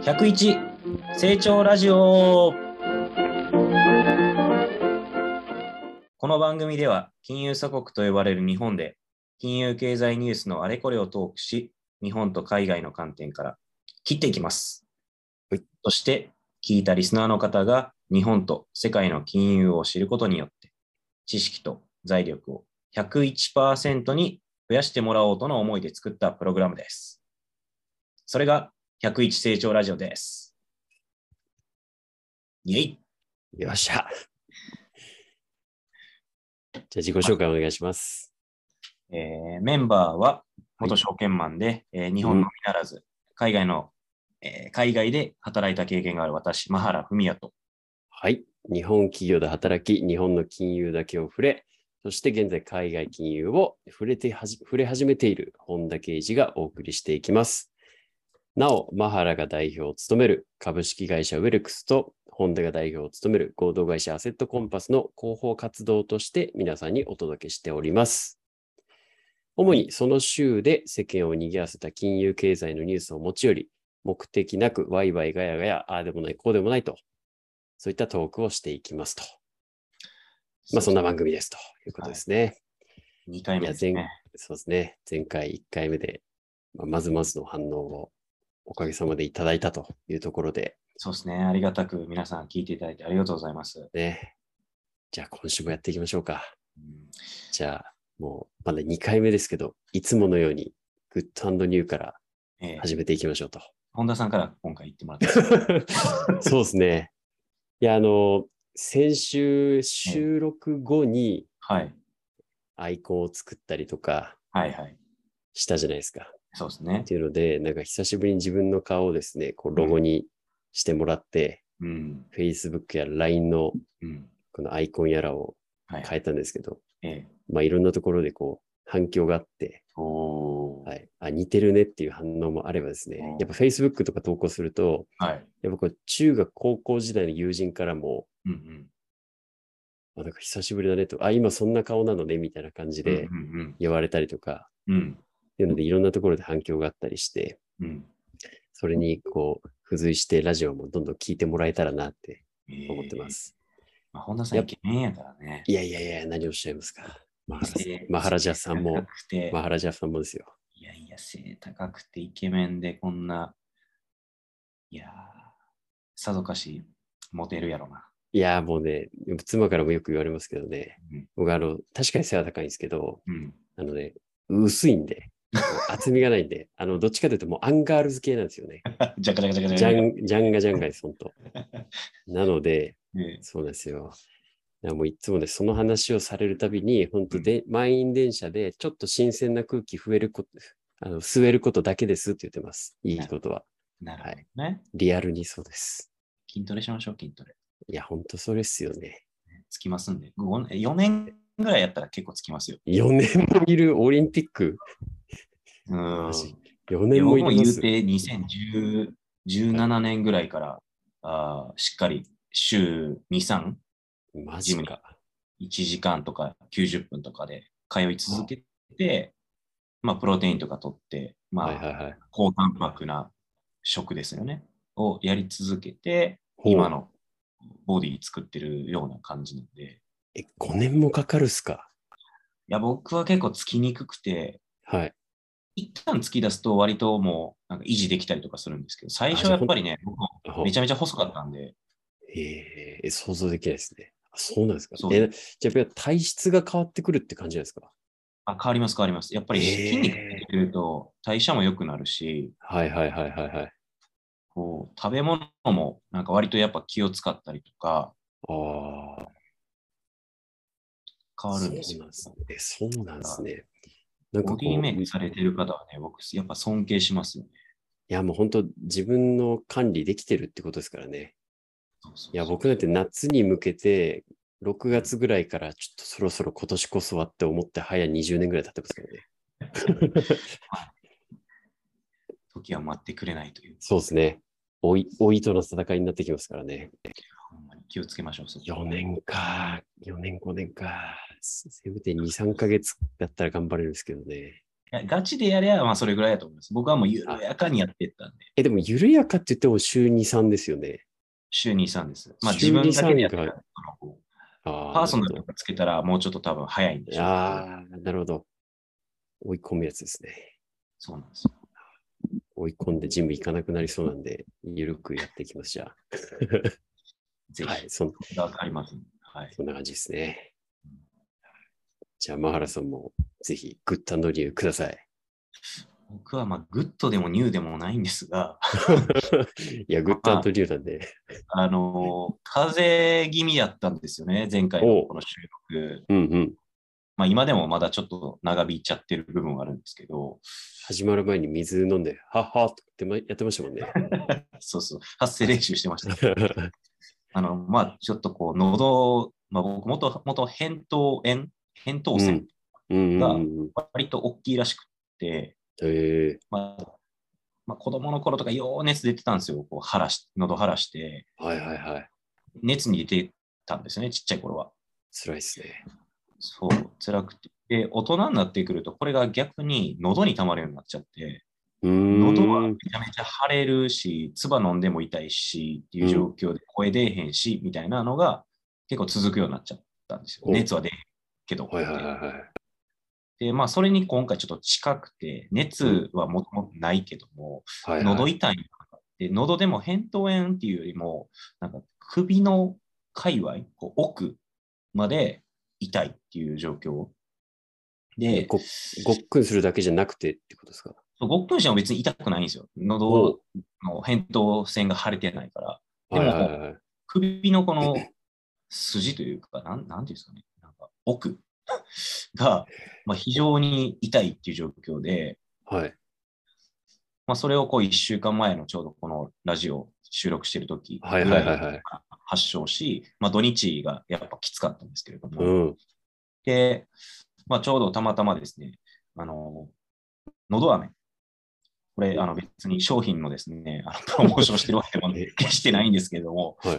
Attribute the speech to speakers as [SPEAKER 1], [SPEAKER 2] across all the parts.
[SPEAKER 1] 101成長ラジオこの番組では金融鎖国と呼ばれる日本で金融経済ニュースのあれこれをトークし日本と海外の観点から切っていきます、
[SPEAKER 2] はい
[SPEAKER 1] そして聞いたリスナーの方が日本と世界の金融を知ることによって知識と財力を101%に増やしてもらおうとの思いで作ったプログラムですそれが101成長ラジオです。イェイ
[SPEAKER 2] よっしゃ。じゃあ自己紹介お願いします。
[SPEAKER 1] えーメンバーは元証券マンで、えー日本のみならず、海外の、えー海外で働いた経験がある私、マハラフミヤと、
[SPEAKER 2] はい。日本企業で働き、日本の金融だけを触れ、そして現在海外金融を触れてはじ、触れ始めている本田圭司がお送りしていきます。なお、マハラが代表を務める株式会社ウェルクスと、本田が代表を務める合同会社アセットコンパスの広報活動として皆さんにお届けしております。主にその週で世間を賑わせた金融経済のニュースを持ち寄り、目的なくワイワイガヤガヤ、ああでもない、こうでもないと、そういったトークをしていきますと。まあそんな番組ですということですね。
[SPEAKER 1] 2回目です
[SPEAKER 2] いや
[SPEAKER 1] ね。
[SPEAKER 2] そうですね。前回1回目で、まあまずまずの反応をおかげさまでいただいたというところで、
[SPEAKER 1] そうですね。ありがたく皆さん聞いていただいてありがとうございます。
[SPEAKER 2] ね。じゃあ今週もやっていきましょうか。
[SPEAKER 1] うん
[SPEAKER 2] じゃあもうまだ2回目ですけど、いつものようにグッドニューから
[SPEAKER 1] えー
[SPEAKER 2] 始めていきまし ょうと。
[SPEAKER 1] 本田さんから今回言ってもらっていいですか
[SPEAKER 2] そうですね。いや、あの、先週収録後に
[SPEAKER 1] はい。
[SPEAKER 2] アイコンを作ったりとか
[SPEAKER 1] はいはい。
[SPEAKER 2] したじゃないですか。
[SPEAKER 1] そうですね
[SPEAKER 2] っ。ていうので、なんか久しぶりに自分の顔をですね、こうロゴにしてもらって、
[SPEAKER 1] うん。
[SPEAKER 2] Facebook や LINE の
[SPEAKER 1] うん。
[SPEAKER 2] このアイコンやらを
[SPEAKER 1] はい。
[SPEAKER 2] 変えたんですけど、
[SPEAKER 1] え
[SPEAKER 2] まあいろんなところでこう反響があって、
[SPEAKER 1] ー、おー
[SPEAKER 2] はい、あ似てるねっていう反応もあればですね、やっぱ Facebook とか投稿すると、
[SPEAKER 1] はい。
[SPEAKER 2] やっぱこう中学高校時代の友人からも、
[SPEAKER 1] うんうん。
[SPEAKER 2] あなんか久しぶりだねと、あ、今そんな顔なのねみたいな感じで
[SPEAKER 1] うんうん
[SPEAKER 2] 言われたりとか、
[SPEAKER 1] うん。うん
[SPEAKER 2] っていうのでいろんなところで反響があったりして、
[SPEAKER 1] うん。
[SPEAKER 2] それにこう付随してラジオもどんどん聞いてもらえたらなって思ってま
[SPEAKER 1] えー。
[SPEAKER 2] す。
[SPEAKER 1] まあ、本田さん
[SPEAKER 2] やっ
[SPEAKER 1] イケメンやからね。
[SPEAKER 2] いやいやいや、何をおっしゃいますか。マハラ
[SPEAKER 1] えー
[SPEAKER 2] マハラジャさんも
[SPEAKER 1] 高、くて、
[SPEAKER 2] マハラジャさんもですよ。
[SPEAKER 1] いやいや、背高くてイケメンでこんな、いやー、さぞかしモテるやろな。
[SPEAKER 2] いや、もうね、妻からもよく言われますけどね、
[SPEAKER 1] うん
[SPEAKER 2] 僕あの、確かに背は高いんですけど、
[SPEAKER 1] うん。
[SPEAKER 2] あのね、薄いんで、厚みがないんで、 あの、どっちかというともうアンガールズ系なんですよ ね。
[SPEAKER 1] じゃかじゃかじゃか
[SPEAKER 2] ジ
[SPEAKER 1] じゃか。
[SPEAKER 2] ャン、ジャンガジャンガです、ほんと。なので、
[SPEAKER 1] ええ
[SPEAKER 2] そうなんですよ。だからもういつもね、その話をされるたびに、本当
[SPEAKER 1] うん
[SPEAKER 2] で、満員電車で、ちょっと新鮮な空気増えること、あの吸えることだけですって言ってます。いいことは。
[SPEAKER 1] なるほどね。
[SPEAKER 2] リアルにそうです。
[SPEAKER 1] 筋トレしましょう、筋トレ。
[SPEAKER 2] いや、本当それっすよね。
[SPEAKER 1] つきますんで。4年ぐらいやったら結構つきますよ。
[SPEAKER 2] 4年もいるオリンピック。
[SPEAKER 1] うーん。
[SPEAKER 2] マジ
[SPEAKER 1] い
[SPEAKER 2] 4年
[SPEAKER 1] や
[SPEAKER 2] も
[SPEAKER 1] 僕
[SPEAKER 2] い
[SPEAKER 1] も
[SPEAKER 2] り
[SPEAKER 1] 言
[SPEAKER 2] ま
[SPEAKER 1] う
[SPEAKER 2] す。
[SPEAKER 1] て2017年ぐらいから、あーしっかり週2、3、
[SPEAKER 2] マ
[SPEAKER 1] ジ
[SPEAKER 2] ジ
[SPEAKER 1] ムに
[SPEAKER 2] か。
[SPEAKER 1] 1時間とか90分とかで通い続けて、まあ、プロテインとか取って、まあ、
[SPEAKER 2] はいはいはい。
[SPEAKER 1] 高タンパクな食ですよね。をやり続けて、
[SPEAKER 2] ほう
[SPEAKER 1] 今。のボディ作ってるような感じなんで。い
[SPEAKER 2] え、5年もかかるっすか
[SPEAKER 1] や、僕は結構つきにくくて、
[SPEAKER 2] はい。
[SPEAKER 1] 一旦突き出すと割ともうなんか維持できたりとかするんですけど、最初
[SPEAKER 2] あじゃ
[SPEAKER 1] や
[SPEAKER 2] あ
[SPEAKER 1] っぱりね、僕も
[SPEAKER 2] あ
[SPEAKER 1] めちゃめちゃ細かったんで、
[SPEAKER 2] えー、想像できないですね。あそうなんですか
[SPEAKER 1] そ。う
[SPEAKER 2] え、じゃあやっぱり体質が変わってくるって感じなんですか
[SPEAKER 1] あ、変わります変わります。やっぱり
[SPEAKER 2] へえ
[SPEAKER 1] 筋肉つけると代謝も良くなるし、
[SPEAKER 2] はいはいはいはいはい。
[SPEAKER 1] こう食べ物もなんか割とやっぱ気を使ったりとか
[SPEAKER 2] あ
[SPEAKER 1] 変
[SPEAKER 2] あ、
[SPEAKER 1] わ
[SPEAKER 2] そ
[SPEAKER 1] る
[SPEAKER 2] うんなん
[SPEAKER 1] で
[SPEAKER 2] です
[SPEAKER 1] よ。
[SPEAKER 2] すね。えそうなんですね。なんか
[SPEAKER 1] ボ
[SPEAKER 2] こ
[SPEAKER 1] ディメイ
[SPEAKER 2] う、
[SPEAKER 1] ク
[SPEAKER 2] い
[SPEAKER 1] されてる方はね、僕やっぱ尊敬しますよね。
[SPEAKER 2] やもう本当自分の管理できてるってことですからね。
[SPEAKER 1] そうそうそう
[SPEAKER 2] いや、僕なんて夏に向けて、6月ぐらいからちょっとそろそろ今年こそはって思って早20年ぐらい経ってますからね。
[SPEAKER 1] 時は待ってくれないという、
[SPEAKER 2] そうですね。老い、老いとの戦いになってきますからね。
[SPEAKER 1] ほんまに気をつけましょう。そこ
[SPEAKER 2] 4年か。4年、5年か。せせめて2、3ヶ月だったら頑張れるんですけどね。
[SPEAKER 1] やガチでやりゃ、まあそれぐらいだと思います。僕はもう緩やかにやっていったんで、
[SPEAKER 2] え、でも緩やかって言っても週2、3ですよね。
[SPEAKER 1] 週2、3です。まあ
[SPEAKER 2] 週
[SPEAKER 1] 自分
[SPEAKER 2] に
[SPEAKER 1] だけでやってた
[SPEAKER 2] さん
[SPEAKER 1] ら
[SPEAKER 2] が、
[SPEAKER 1] あの
[SPEAKER 2] あ
[SPEAKER 1] パーソナル
[SPEAKER 2] な
[SPEAKER 1] とかつけたらもうちょっと多分早いんでしょう。
[SPEAKER 2] ああー、なるほど。追い込むやつですね。
[SPEAKER 1] そうなんですよ。
[SPEAKER 2] 追い込んでジム行かなくなりそうなんで、ゆるくやっていきます、じゃあ。
[SPEAKER 1] ぜひ、
[SPEAKER 2] はい、そん
[SPEAKER 1] こだわりますんで。はい。
[SPEAKER 2] そんな感じですね。じゃあ、マハラさんもぜひグッタンドリューください。
[SPEAKER 1] 僕はまあグッドでもニューでもないんですが、
[SPEAKER 2] いや、グッタンドリューなんで。
[SPEAKER 1] あのー風邪気味やったんですよね、前回
[SPEAKER 2] お
[SPEAKER 1] の
[SPEAKER 2] う
[SPEAKER 1] この収録。
[SPEAKER 2] うんうん。
[SPEAKER 1] まあ今でもまだちょっと長引いちゃってる部分はあるんですけど、
[SPEAKER 2] 始まる前に水飲んで、はっはーって言ってまやってましたもんね。
[SPEAKER 1] そうそう、発声練習してま した。
[SPEAKER 2] は
[SPEAKER 1] あの、まあ、ちょっとこう、喉、まあ、僕、もともと扁桃炎、扁桃腺、
[SPEAKER 2] うんうんうんうん。
[SPEAKER 1] 割と大きいらしくって、
[SPEAKER 2] え
[SPEAKER 1] まあ、まあ、子供の頃とか、よう熱出てたんですよ、こう、腹し、喉晴らして、
[SPEAKER 2] ー、はいはいはい。
[SPEAKER 1] 熱に出てたんですよね、ちっちゃい頃は。
[SPEAKER 2] 辛いですね。
[SPEAKER 1] そう、辛くて。で、大人になってくると、これが逆に喉に溜まるようになっちゃって、
[SPEAKER 2] うーん。
[SPEAKER 1] 喉はめちゃめちゃ腫れるし、唾飲んでも痛いしっていう状況で声出えへんし、みたいなのが結構続くようになっちゃったんですよ。
[SPEAKER 2] お
[SPEAKER 1] 熱は出えへんけど。
[SPEAKER 2] はいはいはいはい。
[SPEAKER 1] で、まあ、それに今回ちょっと近くて、熱はもともとないけども、
[SPEAKER 2] はいはい、
[SPEAKER 1] 喉痛いのかなって、喉でも扁桃炎っていうよりも、なんか首の界隈、こう奥まで痛いっていう状況。で、
[SPEAKER 2] ごごっくんするだけじゃなくてってことですか
[SPEAKER 1] ごっくんしても別に痛くないんですよ。喉の扁桃腺が腫れてないから。でも
[SPEAKER 2] はいはいはい。
[SPEAKER 1] 首のこの筋というか、なんなんていうんですかね、なんか奥が、まあ、非常に痛いっていう状況で、
[SPEAKER 2] はい。
[SPEAKER 1] まあ、それをこう1週間前のちょうどこのラジオ収録してる時ぐ
[SPEAKER 2] は
[SPEAKER 1] ら
[SPEAKER 2] い
[SPEAKER 1] い
[SPEAKER 2] はいはいはい。
[SPEAKER 1] 発症し、まあ、土日がやっぱきつかったんですけれども、
[SPEAKER 2] うん。
[SPEAKER 1] で、まあ、ちょうどたまたまですね、あの、のど飴。これ、あの別に商品のですね、 あのプロモーションしてるわけでも
[SPEAKER 2] え
[SPEAKER 1] 決してないんですけれども、
[SPEAKER 2] はいはい。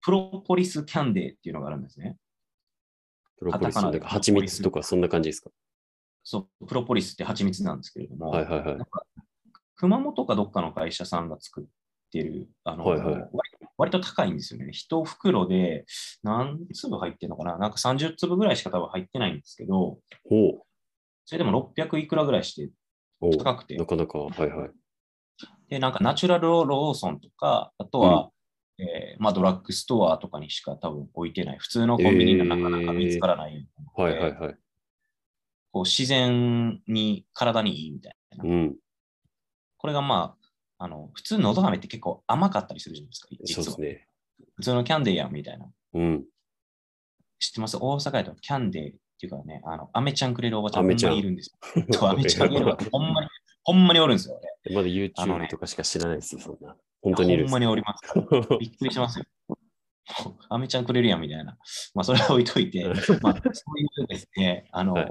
[SPEAKER 1] プロポリスキャンデーっていうのがあるんですね。
[SPEAKER 2] プロポリス
[SPEAKER 1] カタカナ
[SPEAKER 2] なん
[SPEAKER 1] で
[SPEAKER 2] か蜂蜜とかそんな感じですか
[SPEAKER 1] そう、プロポリスって蜂蜜なんですけれども、
[SPEAKER 2] はいはいはい
[SPEAKER 1] なん。か熊本かどっかの会社さんが作ってる、あの、
[SPEAKER 2] はいはい
[SPEAKER 1] 割割と高いんですよね。一袋で何粒入ってるのかななんか30粒ぐらいしか多分入ってないんですけど、
[SPEAKER 2] おう
[SPEAKER 1] それでも600いくらぐらいして
[SPEAKER 2] おう
[SPEAKER 1] 高くて
[SPEAKER 2] な、かなか、はいはい。
[SPEAKER 1] で、なんかナチュラルローソンとか、あとは、えーまあ、ドラッグストアとかにしか多分置いてない、普通のコンビニがなかなか見つからない、
[SPEAKER 2] はいはいはい。
[SPEAKER 1] こう自然に体にいいみたいな。
[SPEAKER 2] うん。
[SPEAKER 1] これがまあ、あの普通のど飴って結構甘かったりするじゃないですか、
[SPEAKER 2] そう
[SPEAKER 1] 実
[SPEAKER 2] で
[SPEAKER 1] は。
[SPEAKER 2] すね。
[SPEAKER 1] 普通のキャンデーやんみたいな。
[SPEAKER 2] うん。
[SPEAKER 1] 知ってます大阪やとキャンデーっていうかね、あの、アメちゃんくれるおばちゃん
[SPEAKER 2] ア
[SPEAKER 1] ほん
[SPEAKER 2] メ
[SPEAKER 1] ま
[SPEAKER 2] ちゃん
[SPEAKER 1] にいるんですよ。 そうアメちゃんくれるおばちゃんほんまに、ほんまにおるんですよ。あれ
[SPEAKER 2] まだ
[SPEAKER 1] あのね
[SPEAKER 2] YouTube とかしか知らないですよ、そんな。本当にいる
[SPEAKER 1] ほん
[SPEAKER 2] んで。
[SPEAKER 1] ますにおります。びっくりしますよ。アメちゃんくれるやんみたいな。まあ、それは置いといて、まあ、そういうですね、あの、
[SPEAKER 2] はい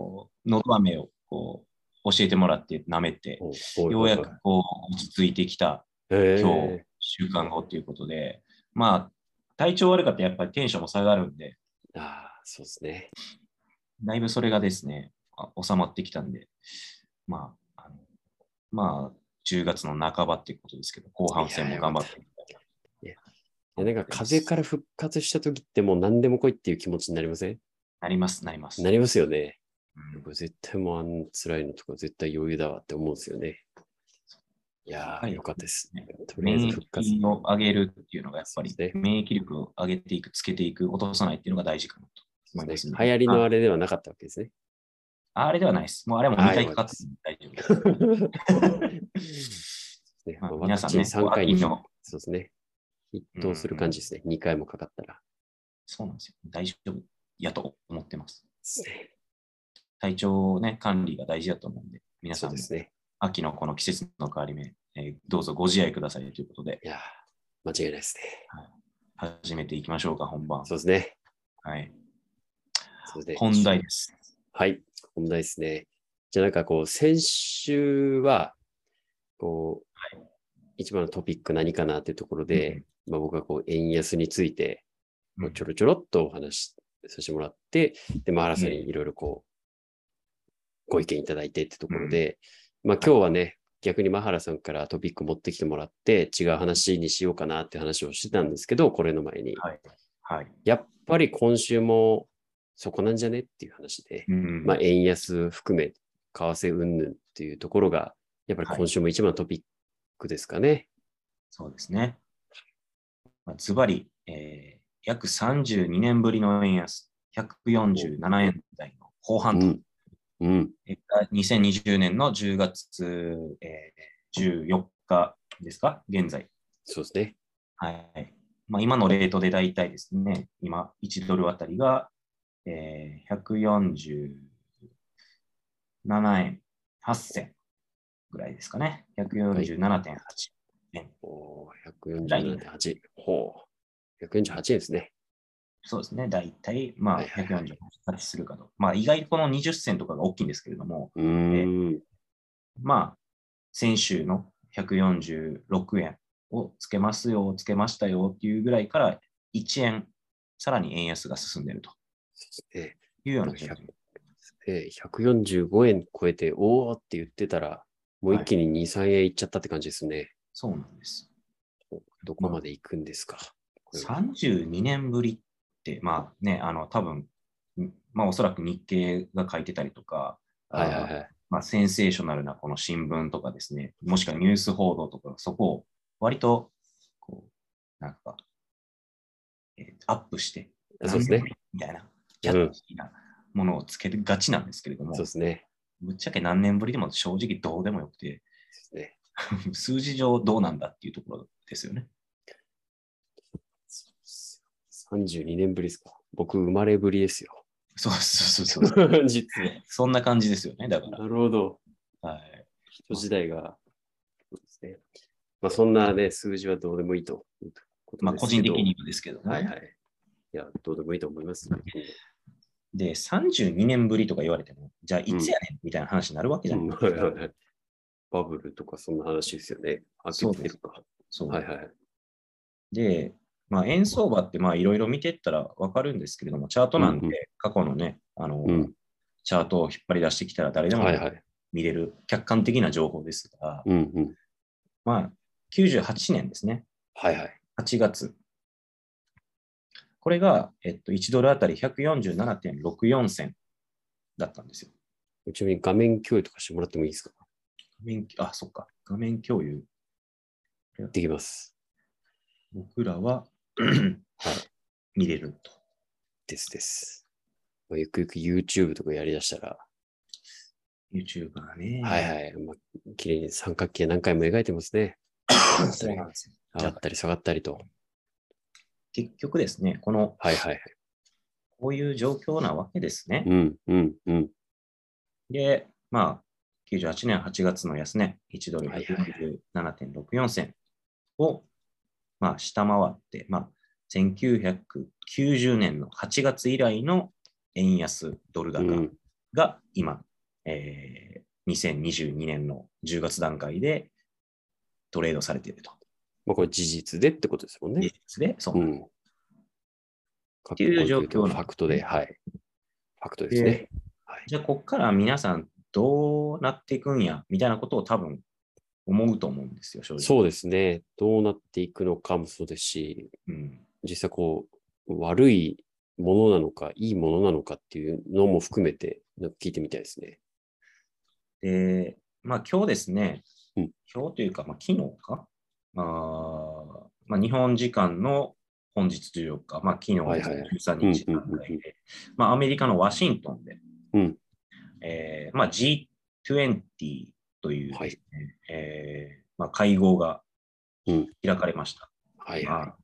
[SPEAKER 1] のど飴をこう教えてもらって舐めて、よ
[SPEAKER 2] お
[SPEAKER 1] う
[SPEAKER 2] お
[SPEAKER 1] やくこう落ち着いてきた
[SPEAKER 2] へ
[SPEAKER 1] 今日
[SPEAKER 2] え。、
[SPEAKER 1] 週間後っていうことで、まあ、体調悪かったらやっぱりテンションも下がるんで、
[SPEAKER 2] ああ、そうですね。
[SPEAKER 1] だいぶそれがですね、あ収まってきたんで、まあ、あのまあ、10月の半ばっていうことですけど、後半戦も頑張って。
[SPEAKER 2] いやなんか風邪から復活した時ってもう何でも来いっていう気持ちになりません
[SPEAKER 1] なります、なります。
[SPEAKER 2] なりますよね。
[SPEAKER 1] うん
[SPEAKER 2] 僕絶対もうあん辛いのとか絶対余裕だわって思うんですよね。いや
[SPEAKER 1] は
[SPEAKER 2] ー、
[SPEAKER 1] い
[SPEAKER 2] よかったです
[SPEAKER 1] ね。
[SPEAKER 2] とりあえず
[SPEAKER 1] 免
[SPEAKER 2] 復活。
[SPEAKER 1] 疫を上げるっていうのがやっぱり
[SPEAKER 2] そうです、
[SPEAKER 1] 免疫力を上げていく、つけていく、落とさないっていうのが大事かなと思い
[SPEAKER 2] ね
[SPEAKER 1] ますね、
[SPEAKER 2] 流行りの
[SPEAKER 1] あ
[SPEAKER 2] あれではなかったわけです ね。
[SPEAKER 1] あれではないです。もうあれはもう2回かかって大丈夫です。
[SPEAKER 2] ね
[SPEAKER 1] まあ
[SPEAKER 2] まあ
[SPEAKER 1] 皆
[SPEAKER 2] ワ
[SPEAKER 1] さ
[SPEAKER 2] ク
[SPEAKER 1] ん
[SPEAKER 2] チン
[SPEAKER 1] ね、
[SPEAKER 2] 3回に、
[SPEAKER 1] 秋
[SPEAKER 2] そう
[SPEAKER 1] の
[SPEAKER 2] ですね。筆頭する感じですね。2回もかかったら。で
[SPEAKER 1] そうなんですよ。大丈夫やと思ってます。
[SPEAKER 2] すね
[SPEAKER 1] 体調をね、管理が大事だと思うんで、皆
[SPEAKER 2] そ
[SPEAKER 1] さ
[SPEAKER 2] うんで
[SPEAKER 1] も
[SPEAKER 2] すね。
[SPEAKER 1] 秋のこの季節の変わり目、えーどうぞご自愛くださいということで、
[SPEAKER 2] いやー、間違いないですね。
[SPEAKER 1] 始めていきましょうか、本番。
[SPEAKER 2] そうですね。
[SPEAKER 1] はい。
[SPEAKER 2] それで
[SPEAKER 1] 本題です。
[SPEAKER 2] はい、本題ですね。じゃあなんかこう、先週は、こう、一番のトピック何かなっていうところで、まあ僕はこう、円安について、こうちょろちょろっとお話しさせてもらって、で、まあ原さんにいろいろこう、ご意見いただいてってところで、まあ今日はね、逆にマハラさんからトピック持ってきてもらって、違う話にしようかなって話をしてたんですけど、これの前に。
[SPEAKER 1] はい。はい。
[SPEAKER 2] やっぱり今週もそこなんじゃねっていう話で、
[SPEAKER 1] うん
[SPEAKER 2] まあ円安含め、為替云々っていうところが、やっぱり今週も一番のトピックですかね。
[SPEAKER 1] そうですね。まあズバリ、えー約32年ぶりの円安、147円台の後半と、
[SPEAKER 2] うん。うん。
[SPEAKER 1] えー2020年の10月、えー14日ですか、現在。
[SPEAKER 2] そうですね。
[SPEAKER 1] はい。まあ、今のレートで大体ですね、今、1ドルあたりが、えー147円8銭ぐらいですかね。147.8円。
[SPEAKER 2] おー147.8。ほう。148円ですね。
[SPEAKER 1] そうですね、大体、まあ、
[SPEAKER 2] はいはいはい
[SPEAKER 1] 148するかと。まあ、意外にこの20銭とかが大きいんですけれども、
[SPEAKER 2] うーん。
[SPEAKER 1] まあ、先週の146円をつけますよ、つけましたよっていうぐらいから、1円、さらに円安が進んでいると
[SPEAKER 2] え
[SPEAKER 1] いうような状況
[SPEAKER 2] 100え145円超えて、おーって言ってたら、もう一気に2、3円いっちゃったって感じですね。
[SPEAKER 1] そうなんです。
[SPEAKER 2] どこまで行くんですか。これは
[SPEAKER 1] 32年ぶりって、まあね、あの、多分んまあ、おそらく日経が書いてたりとか、
[SPEAKER 2] はいはいはい。
[SPEAKER 1] まあ、センセーショナルなこの新聞とかですね、もしくはニュース報道とか、そこを割と、こう、なんか、えーアップして、
[SPEAKER 2] そうですね。
[SPEAKER 1] みたいな、キャッチーなものをつけがちなんですけれども
[SPEAKER 2] そう、ですね。
[SPEAKER 1] ぶっちゃけ何年ぶりでも正直どうでもよくて、
[SPEAKER 2] そうですね
[SPEAKER 1] 数字上どうなんだっていうところですよね。
[SPEAKER 2] 32年ぶりですか。僕、生まれぶりですよ。
[SPEAKER 1] そうそうそうそう。
[SPEAKER 2] 実は。
[SPEAKER 1] そんな感じですよね、だから。
[SPEAKER 2] なるほど。
[SPEAKER 1] はい。
[SPEAKER 2] 人時代が。そうですね。まあ、そんなね、数字はどうでもいいということですけど。
[SPEAKER 1] まあ、個人的にはですけどね。
[SPEAKER 2] はいはい。いや、どうでもいいと思います。
[SPEAKER 1] で、32年ぶりとか言われても、じゃあいつやねんみたいな話になるわけじゃない、
[SPEAKER 2] はいはいはい バブルとかそんな話ですよね。開けてるか。
[SPEAKER 1] そう
[SPEAKER 2] はいはい。
[SPEAKER 1] で、まあ、円相場ってまあいろいろ見てったら分かるんですけれども、チャートなん
[SPEAKER 2] うんうん
[SPEAKER 1] で過去のね、あの
[SPEAKER 2] うん。
[SPEAKER 1] チャートを引っ張り出してきたら誰でも
[SPEAKER 2] はいはい。
[SPEAKER 1] 見れる客観的な情報ですが、
[SPEAKER 2] うんうん。
[SPEAKER 1] まあ、98年ですね、
[SPEAKER 2] はいはい。
[SPEAKER 1] 8月。これが、えっと、1ドルあたり147.64銭だったんですよ。
[SPEAKER 2] ちなみに画面共有とかしてもらってもいいですか
[SPEAKER 1] 画面あ、そっか、画面共有。
[SPEAKER 2] できます。
[SPEAKER 1] 僕らは、見れると。
[SPEAKER 2] ですです。まあゆくゆく YouTube とかやりだしたら、
[SPEAKER 1] YouTube がね。
[SPEAKER 2] はいはい。まあ、綺麗に三角形何回も描いてますね。
[SPEAKER 1] そうなんですよ
[SPEAKER 2] 上がったり下がったりと。
[SPEAKER 1] 結局ですね、この
[SPEAKER 2] はいはいはい。
[SPEAKER 1] こういう状況なわけですね。
[SPEAKER 2] うんうんうん。
[SPEAKER 1] で、まあ、98年8月の安値、1ドル
[SPEAKER 2] はいはい
[SPEAKER 1] 147.64銭を、まあ、下回って、まあ、1990年の8月以来の円安ドル
[SPEAKER 2] う
[SPEAKER 1] 高
[SPEAKER 2] ん、
[SPEAKER 1] が今、えー2022年の10月段階でトレードされていると。
[SPEAKER 2] まあこれ事実でってことですもんね。
[SPEAKER 1] で、そうう。
[SPEAKER 2] ん。って
[SPEAKER 1] いう状況なんですね
[SPEAKER 2] ファクトで、はい。ファクトですね。
[SPEAKER 1] じゃあ、ここから皆さんどうなっていくんや、みたいなことを多分思うと思うんですよ、正直。
[SPEAKER 2] そうですね。どうなっていくのかもそうですし、
[SPEAKER 1] うん
[SPEAKER 2] 実際こう、悪いものなのか、いいものなのかっていうのも含めて、なんか聞いてみたいですね。
[SPEAKER 1] で、まあ今日ですね、
[SPEAKER 2] うん
[SPEAKER 1] 今日というか、まあ、昨日か、あーまあ、日本時間の本日14日、まあ、昨日
[SPEAKER 2] はいはい
[SPEAKER 1] ですね13日段
[SPEAKER 2] うんうんうんう
[SPEAKER 1] 階
[SPEAKER 2] ん
[SPEAKER 1] で、まあ、アメリカのワシントンで、
[SPEAKER 2] うん
[SPEAKER 1] えーまあ、G20 という、
[SPEAKER 2] はい
[SPEAKER 1] えーまあ、会合が
[SPEAKER 2] うん
[SPEAKER 1] 開かれました。
[SPEAKER 2] はい
[SPEAKER 1] ま
[SPEAKER 2] は
[SPEAKER 1] あ、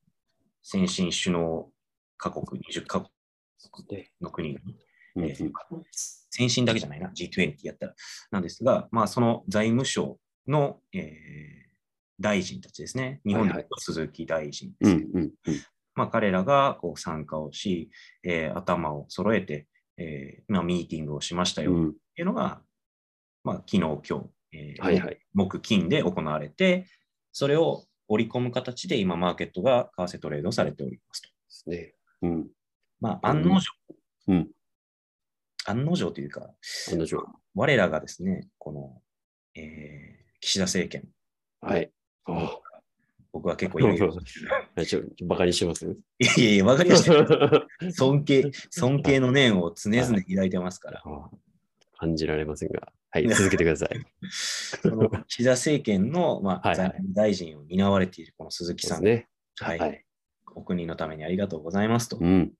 [SPEAKER 1] 先進首脳各国20カ国
[SPEAKER 2] い。で
[SPEAKER 1] の国が
[SPEAKER 2] うんう
[SPEAKER 1] えー
[SPEAKER 2] ん
[SPEAKER 1] 先進だけじゃないな、G20 やったら。なんですが、まあ、その財務省の、えー大臣たちですね、日本で
[SPEAKER 2] は
[SPEAKER 1] 言
[SPEAKER 2] いは
[SPEAKER 1] う
[SPEAKER 2] い
[SPEAKER 1] と鈴木大臣です
[SPEAKER 2] う
[SPEAKER 1] ね、
[SPEAKER 2] んうんうん
[SPEAKER 1] まあ、彼らがこう参加をし、えー頭を揃えて、えーまあ、ミーティングをしましたよっ
[SPEAKER 2] うん
[SPEAKER 1] ていうのが、まあ、昨日、今日、えー
[SPEAKER 2] はいはい。
[SPEAKER 1] 木金で行われて、それを織り込む形で今、マーケットが為替トレードされておりますと。
[SPEAKER 2] ですね。うん。
[SPEAKER 1] まあ、案の定、
[SPEAKER 2] うん
[SPEAKER 1] 案の定というか、
[SPEAKER 2] 案の定。
[SPEAKER 1] 我らがですね、この、えー岸田政権、
[SPEAKER 2] はい。あ
[SPEAKER 1] 僕は結構いろ いろ
[SPEAKER 2] あ、ちょ、バカにしてます。
[SPEAKER 1] いやいやいや、わかりました。尊敬、尊敬の念を常々抱いてますから、
[SPEAKER 2] あ感じられませんが。はい、続けてください。
[SPEAKER 1] その岸田政権の、まあ、
[SPEAKER 2] はいはい
[SPEAKER 1] 財務大臣を担われているこの鈴木
[SPEAKER 2] で
[SPEAKER 1] さ
[SPEAKER 2] す
[SPEAKER 1] ん、
[SPEAKER 2] ね。
[SPEAKER 1] はい
[SPEAKER 2] はい。
[SPEAKER 1] お国のためにありがとうございますと、
[SPEAKER 2] うん。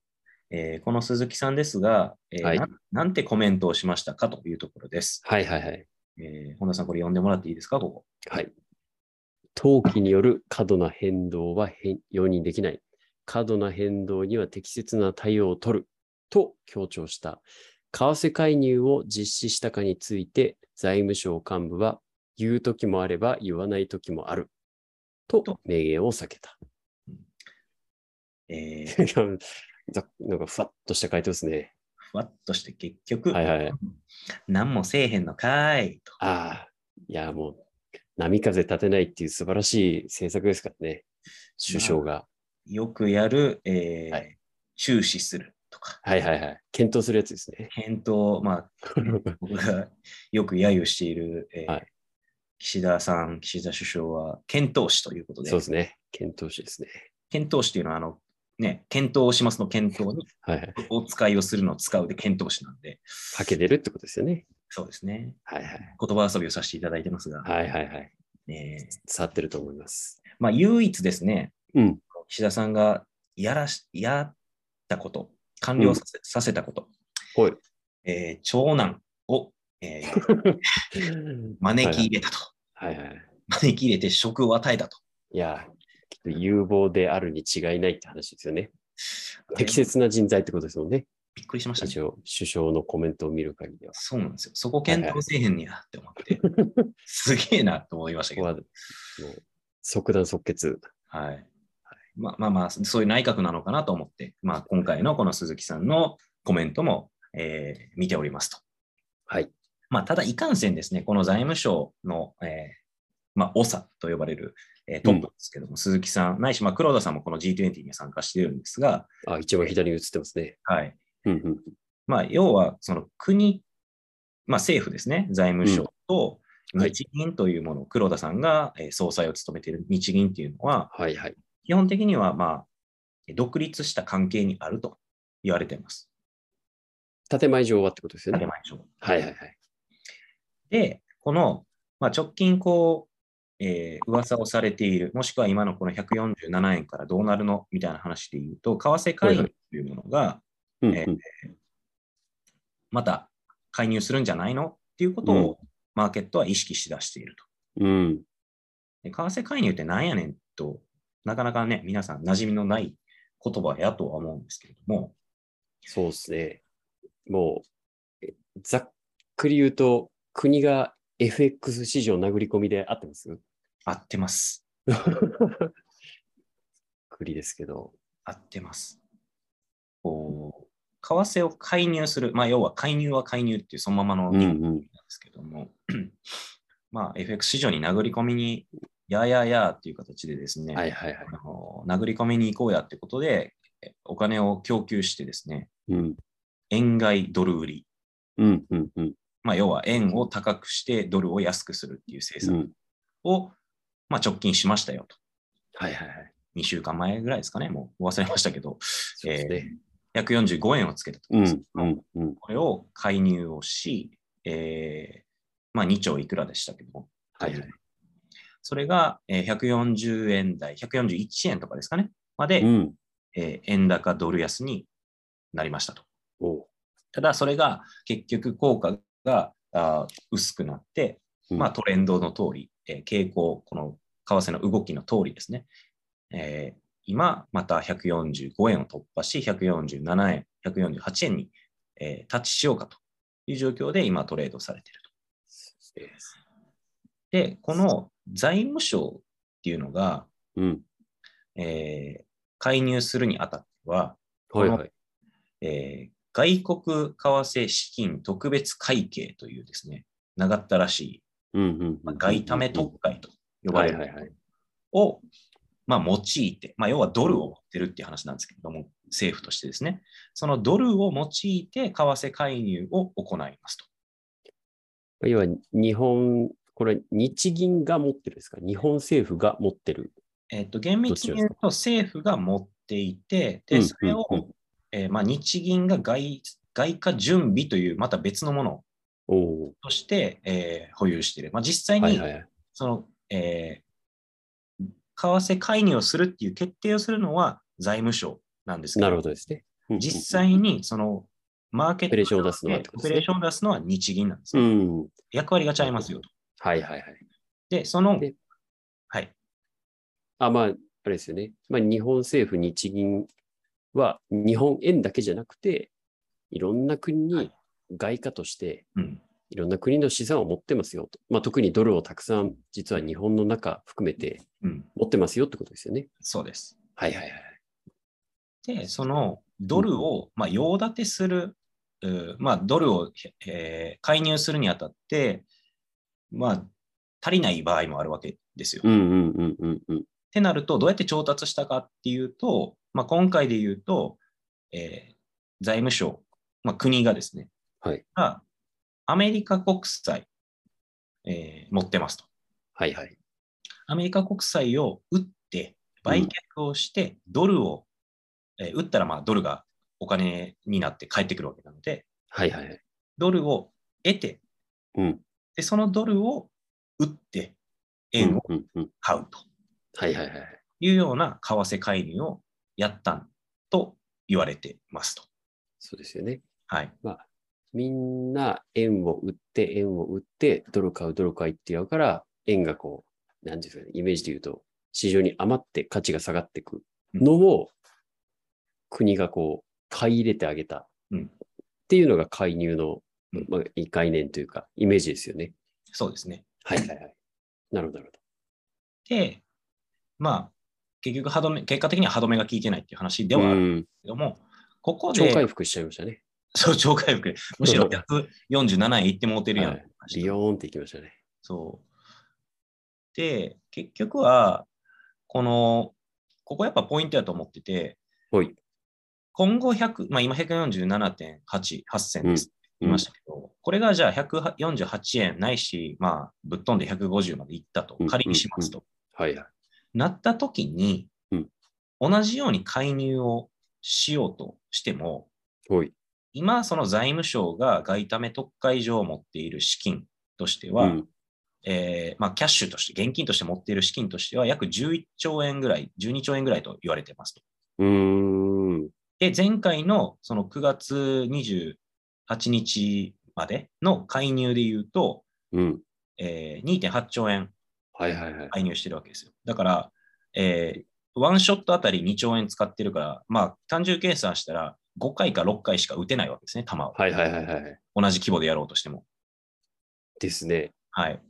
[SPEAKER 1] えーこの鈴木さんですが、えー
[SPEAKER 2] はい
[SPEAKER 1] な、なんてコメントをしましたかというところです。
[SPEAKER 2] はいはいはい。
[SPEAKER 1] えー本田さん、これ読んでもらっていいですか、ここ。
[SPEAKER 2] はい。投機による過度な変動は変容認できない。過度な変動には適切な対応を取ると強調した。為替介入を実施したかについて、財務省幹部は言う時もあれば言わない時もあると明言を避けた。
[SPEAKER 1] えー
[SPEAKER 2] いやざなんかふわっとした回答ですね。
[SPEAKER 1] ふわっとして結局、
[SPEAKER 2] はいはいはい
[SPEAKER 1] 何もせえへんのかーいと。
[SPEAKER 2] ああ、いやもう波風立てないっていう素晴らしい政策ですからね。首相が。
[SPEAKER 1] よくやる、えー
[SPEAKER 2] はい
[SPEAKER 1] 注視するとか、
[SPEAKER 2] はいはいはい。検討するやつですね。
[SPEAKER 1] 検討、まあ、僕が よく揶揄している、えー
[SPEAKER 2] はい
[SPEAKER 1] 岸田さん、岸田首相は、検討士ということで、
[SPEAKER 2] そうですね。検討士ですね。
[SPEAKER 1] 検討士というのは、あの、ね、検討をしますの検討に、
[SPEAKER 2] はいはい。
[SPEAKER 1] お使いをするのを使うで検討士なんで、
[SPEAKER 2] かけてるってことですよね。
[SPEAKER 1] そうですね。
[SPEAKER 2] はいはい。
[SPEAKER 1] 言葉遊びをさせていただいてますが、
[SPEAKER 2] はいはいはい。
[SPEAKER 1] えー
[SPEAKER 2] 伝わってると思います。
[SPEAKER 1] まあ、唯一ですね、
[SPEAKER 2] うん。
[SPEAKER 1] 岸田さんがやらし、やったこと、完了させ,、させたこと、
[SPEAKER 2] はい。
[SPEAKER 1] えー長男を、え ー招き入れたと、
[SPEAKER 2] はいはい。
[SPEAKER 1] 招き入れて職を与えたと。
[SPEAKER 2] いや、きっと有望であるに違いないって話ですよね。適切な人材ってことですもんね。
[SPEAKER 1] びっくりしましたね
[SPEAKER 2] 一応、首相のコメントを見る限りでは。
[SPEAKER 1] そうなんですよ。そこ検討せえへんねやって思 って、すげえなって思いましたけ
[SPEAKER 2] ここは、
[SPEAKER 1] ど、
[SPEAKER 2] もう、即断即決。
[SPEAKER 1] はい。まあまあまあ、そういう内閣なのかなと思って、まあ今回のこの鈴木さんのコメントも、えー見ておりますと。
[SPEAKER 2] はい。
[SPEAKER 1] まあただいかんせんですね、この財務省の、えーまあ、長と呼ばれる、えートップですけども、鈴木さん、ないし、まあ、黒田さんもこの G20 に参加しているんですが、
[SPEAKER 2] あ、一番左に映ってますね。
[SPEAKER 1] はい。
[SPEAKER 2] うんうん。
[SPEAKER 1] まあ、要は、その国、まあ、政府ですね、財務省と
[SPEAKER 2] うんはい
[SPEAKER 1] 日銀というものを、黒田さんがえー総裁を務めている日銀というのは、
[SPEAKER 2] はいはい。
[SPEAKER 1] 基本的には、まあ、独立した関係にあると言われています。
[SPEAKER 2] 建前上はってことですよ
[SPEAKER 1] 建前
[SPEAKER 2] ね。
[SPEAKER 1] 上。
[SPEAKER 2] はいはいはい。
[SPEAKER 1] で、この、まあ、直近、こう、えー噂をされている、もしくは今のこの147円からどうなるのみたいな話で言うと、為替介入というものが、
[SPEAKER 2] うん
[SPEAKER 1] え
[SPEAKER 2] うん。
[SPEAKER 1] また介入するんじゃないのっていうこと
[SPEAKER 2] うん
[SPEAKER 1] を、マーケットは意識しだしていると。
[SPEAKER 2] うん。
[SPEAKER 1] で為替介入ってなんやねんと、なかなかね、皆さん馴染みのない言葉やとは思うんですけれども、
[SPEAKER 2] そうですね。もう、えざっくり言うと、国が FX 市場殴り込みで合ってます
[SPEAKER 1] 合ってます。
[SPEAKER 2] 国ですけど。
[SPEAKER 1] 合ってます。こう、為替を介入する、まあ、要は介入は介入っていうそのままの
[SPEAKER 2] う
[SPEAKER 1] 日
[SPEAKER 2] んう
[SPEAKER 1] 本なんで
[SPEAKER 2] ん。
[SPEAKER 1] すけども、 まあ、FX 市場に殴り込みに、やーやーやーっていう形でですね、
[SPEAKER 2] はいはいはい。
[SPEAKER 1] あの殴り込みに行こうやってことで、えお金を供給してですね、
[SPEAKER 2] うん。
[SPEAKER 1] 円買いドル売り、
[SPEAKER 2] うんうんうん。
[SPEAKER 1] まあ、要は円を高くしてドルを安くするっていう政
[SPEAKER 2] う
[SPEAKER 1] 策
[SPEAKER 2] ん。
[SPEAKER 1] を、まあ、直近しましたよと。
[SPEAKER 2] はいはいはい。
[SPEAKER 1] 2週間前ぐらいですかね、もう忘れましたけど、
[SPEAKER 2] そうですね。
[SPEAKER 1] 145円をつけたところ
[SPEAKER 2] う
[SPEAKER 1] です
[SPEAKER 2] んうんうん。
[SPEAKER 1] これを介入をし、えーまあ、2兆いくらでしたけども、
[SPEAKER 2] はいはい。
[SPEAKER 1] それがえー140円台、141円とかですかね、ま
[SPEAKER 2] う
[SPEAKER 1] で、
[SPEAKER 2] ん。
[SPEAKER 1] えー円高ドル安になりましたと。
[SPEAKER 2] おう
[SPEAKER 1] ただ、それが結局効果があー薄くなって、
[SPEAKER 2] うん
[SPEAKER 1] まあ、トレンドの通り、えー傾向、この為替の動きの通りですね。えー今、また145円を突破し、147円、148円に、えータッチしようかという状況で今トレードされている
[SPEAKER 2] そうです
[SPEAKER 1] と。で、この財務省っていうのが、
[SPEAKER 2] うん。
[SPEAKER 1] えー介入するにあたっては、
[SPEAKER 2] はいはい。
[SPEAKER 1] えー外国為替資金特別会計というですね、長ったらしい、
[SPEAKER 2] うんうんう
[SPEAKER 1] まあ
[SPEAKER 2] ん。
[SPEAKER 1] 外為特会と呼ば
[SPEAKER 2] は
[SPEAKER 1] れ
[SPEAKER 2] い
[SPEAKER 1] る
[SPEAKER 2] はいはい。
[SPEAKER 1] を、まあ、用いて、まあ、要はドルを持ってるっていう話なんですけれども、政府としてですね、そのドルを用いて為替介入を行いますと。
[SPEAKER 2] 要は日本、これ日銀が持ってるんですか日本政府が持ってる。
[SPEAKER 1] えっと、厳密に言うと政府が持っていて、
[SPEAKER 2] う
[SPEAKER 1] で、
[SPEAKER 2] ん
[SPEAKER 1] それを、
[SPEAKER 2] うんうん
[SPEAKER 1] えーまあ、日銀が外外貨準備というまた別のもの
[SPEAKER 2] おお
[SPEAKER 1] として、えー保有している。まあ、実際
[SPEAKER 2] ー。は
[SPEAKER 1] に
[SPEAKER 2] いはいはい。
[SPEAKER 1] その、えー為替介入をするっていう決定をするのは財務省なんですけ
[SPEAKER 2] な
[SPEAKER 1] ど、
[SPEAKER 2] るほどですね。うんうん
[SPEAKER 1] 実際にそのマーケット
[SPEAKER 2] オペレーションを出すのはってこ
[SPEAKER 1] オペ
[SPEAKER 2] とです
[SPEAKER 1] レ
[SPEAKER 2] ね
[SPEAKER 1] ーションを出すのは日銀なんです、
[SPEAKER 2] う
[SPEAKER 1] ね
[SPEAKER 2] ん。はい
[SPEAKER 1] 役割が違いますよと。
[SPEAKER 2] はいはい。
[SPEAKER 1] で、その、
[SPEAKER 2] で
[SPEAKER 1] はい、
[SPEAKER 2] あ、まあ、あれですよね。まあ、日本政府、日銀は日本円だけじゃなくて、いろんな国
[SPEAKER 1] は
[SPEAKER 2] に
[SPEAKER 1] い
[SPEAKER 2] 外貨として
[SPEAKER 1] うん、
[SPEAKER 2] いろんな国の資産を持ってますよと。まあ、特にドルをたくさん、実は日本の中含めて
[SPEAKER 1] うん、
[SPEAKER 2] 持ってますよってことですよね。
[SPEAKER 1] そうです。
[SPEAKER 2] はいはいはい。
[SPEAKER 1] で、そのドルを、まあ、用立てする、うーまあ、ドルを、えー介入するにあたって、まあ、足りない場合もあるわけですよ。
[SPEAKER 2] う
[SPEAKER 1] っ
[SPEAKER 2] んうんうんうんうん。
[SPEAKER 1] てなると、どうやって調達したかっていうと、まあ、今回で言うと、えー財務省、まあ、国がですね、
[SPEAKER 2] はい
[SPEAKER 1] がアメリカ国債、えー持ってますと。
[SPEAKER 2] はいはい。
[SPEAKER 1] アメリカ国債を売って、売却をして、ドルを、えー売ったらまあドルがお金になって返ってくるわけなので、
[SPEAKER 2] はいはいはい。
[SPEAKER 1] ドルを得て、
[SPEAKER 2] うん。
[SPEAKER 1] でそのドルを売って、円を
[SPEAKER 2] うんうんうん。
[SPEAKER 1] 買うと
[SPEAKER 2] はいはいはい。
[SPEAKER 1] いうような為替介入をやったと言われてますと。
[SPEAKER 2] そうですよね。
[SPEAKER 1] はい、
[SPEAKER 2] みんな円を売って、円を売って、ドル買う、ドル買いってやるから、円がこう、なんていうんですかね、イメージで言うと、市場に余って価値が下がっていくのを、国がこう、買い入れてあげた。
[SPEAKER 1] うん
[SPEAKER 2] っていうのが介入の、
[SPEAKER 1] うん
[SPEAKER 2] まあ、概念というか、イメージですよね。
[SPEAKER 1] そうですね。
[SPEAKER 2] はいはいはい。なるほど、なるほ
[SPEAKER 1] で、まあ、結局歯止め、結果的には歯止めが効いてないっていう話で
[SPEAKER 2] ど。
[SPEAKER 1] はあるんで
[SPEAKER 2] うん
[SPEAKER 1] すけども、ここ
[SPEAKER 2] 超
[SPEAKER 1] で、
[SPEAKER 2] 回復しちゃいましたね。
[SPEAKER 1] そう、超回復。むしろ147円いってもうてるやん。
[SPEAKER 2] はいビヨーンっていきましたね。
[SPEAKER 1] そう。で、結局は、この、ここやっぱポイントやと思ってて、
[SPEAKER 2] ほい。
[SPEAKER 1] 今後100、まあ今147.8、8銭
[SPEAKER 2] うん
[SPEAKER 1] です。言いましたけど、これがじゃあ148円ないし、まあぶっ飛んで150までいったと
[SPEAKER 2] うん、
[SPEAKER 1] 仮にしますと。
[SPEAKER 2] はいはい。
[SPEAKER 1] なった時に
[SPEAKER 2] うん、
[SPEAKER 1] 同じように介入をしようとしても、
[SPEAKER 2] ほい。
[SPEAKER 1] 今その財務省が外為特会上を持っている資金としては、
[SPEAKER 2] うん
[SPEAKER 1] えーまあ、キャッシュとして、現金として持っている資金としては、約11兆円ぐらい、12兆円ぐらいと言われてますと。
[SPEAKER 2] うーん。
[SPEAKER 1] で、前回のその9月28日までの介入で言うと、
[SPEAKER 2] うん。
[SPEAKER 1] えー2.8兆円
[SPEAKER 2] はいはいはい。
[SPEAKER 1] 介入してるわけですよ。だから、えーワンショットあたり2兆円使ってるから、まあ、単純計算したら、5回か6回しか打てないわけですね、球を。
[SPEAKER 2] はいはいはいはい。
[SPEAKER 1] 同じ規模でやろうとしても。
[SPEAKER 2] ですね。
[SPEAKER 1] はい。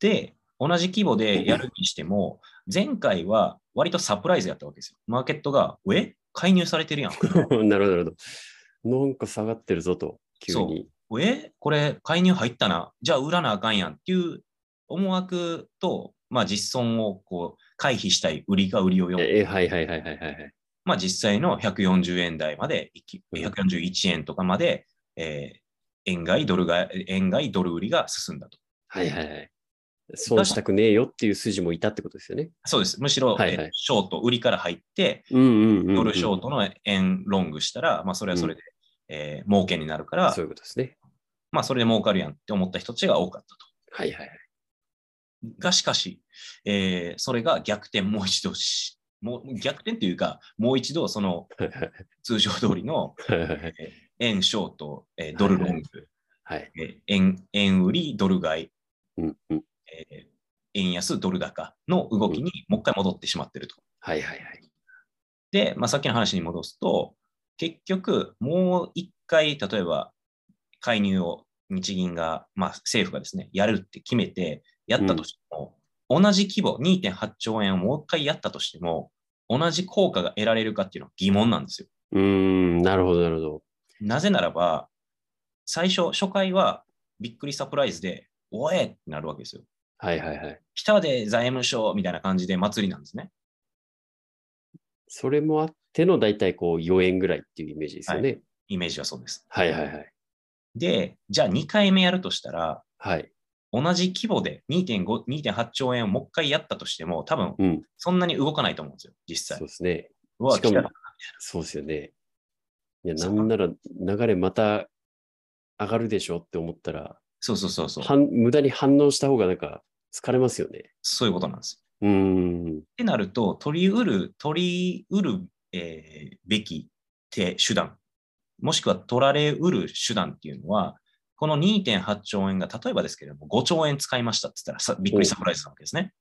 [SPEAKER 1] で、同じ規模でやるにしても、前回は割とサプライズやったわけですよ。マーケットが、え介入されてるやん。
[SPEAKER 2] なるほど、なるほど。なんか下がってるぞと、急に。
[SPEAKER 1] えこれ介入入ったな。じゃあ売らなあかんやんっていう思惑と、まあ実損をこう回避したい売りが売りを呼ぶ。
[SPEAKER 2] ええはいはいはいはいはいはい。
[SPEAKER 1] まあ実際の140円台まで行き、
[SPEAKER 2] うん
[SPEAKER 1] 141円とかまで、えー円買いドルが、円買いドル売りが進んだと。
[SPEAKER 2] はいはいはい。損したくねえよっていう筋もいたってことですよね。
[SPEAKER 1] そうです。むしろ、
[SPEAKER 2] はいはい
[SPEAKER 1] えーショート、売りから入って、
[SPEAKER 2] うんうんうんうん。
[SPEAKER 1] ドルショートの円ロングしたら、まあ、それはそれで、えー儲けになるから
[SPEAKER 2] そ、ういうことですね。
[SPEAKER 1] まあ、それで儲かるやんって思った人たちが多かった
[SPEAKER 2] はいはいはい。
[SPEAKER 1] と。が、しかし、えーそれが逆転もう一度し、もう逆転というか、もう一度、そ の通常通りの円ショート、えードルロング、
[SPEAKER 2] はい。
[SPEAKER 1] えー円円売り、ドル買い、
[SPEAKER 2] うんうん。
[SPEAKER 1] えー円安、ドル高の動きにもう一回戻ってしまってると。
[SPEAKER 2] はいはいはい。
[SPEAKER 1] で、まあ、さっきの話に戻すと、結局、もう一回、例えば介入を日銀が、まあ、政府がですね、やるって決めて、やったとしても、同じ規模、2.8兆円をもう一回やったとしても、同じ効果が得られるかっていうのは疑問なんですよ。
[SPEAKER 2] うーん、なるほどなるほど。
[SPEAKER 1] なぜならば、最初、初回はびっくりサプライズで、おえってなるわけですよ。
[SPEAKER 2] はいはいはい。
[SPEAKER 1] 来たで財務省みたいな感じで祭りなんですね。
[SPEAKER 2] それもあっての大体こう4円ぐらいっていうイメージですよね。
[SPEAKER 1] イメージはそうです。
[SPEAKER 2] はい、はい、はい。
[SPEAKER 1] で、じゃあ2回目やるとしたら、
[SPEAKER 2] はい。
[SPEAKER 1] 同じ規模で2.5 2.8兆円をもう一回やったとしても、多分
[SPEAKER 2] うん。
[SPEAKER 1] そんなに動かないと思うんですよ、実
[SPEAKER 2] そ
[SPEAKER 1] 際。
[SPEAKER 2] うですね。
[SPEAKER 1] うわ
[SPEAKER 2] しかも
[SPEAKER 1] 来た
[SPEAKER 2] そうですよね。いや、な
[SPEAKER 1] そうん
[SPEAKER 2] なら流れまた上がるでしょって思ったら、
[SPEAKER 1] そうそうそうそう。
[SPEAKER 2] 反無駄に反応した方がなんか疲れますよね。
[SPEAKER 1] そういうことなんです。
[SPEAKER 2] うーん。
[SPEAKER 1] ってなると、取り得る、取り得る、えーべき手手段、もしくは取られ得る手段っていうのは、この2.8兆円が、例えばですけれども、5兆円使いましたって言ったらさ、びっくりサプライズなわけですね。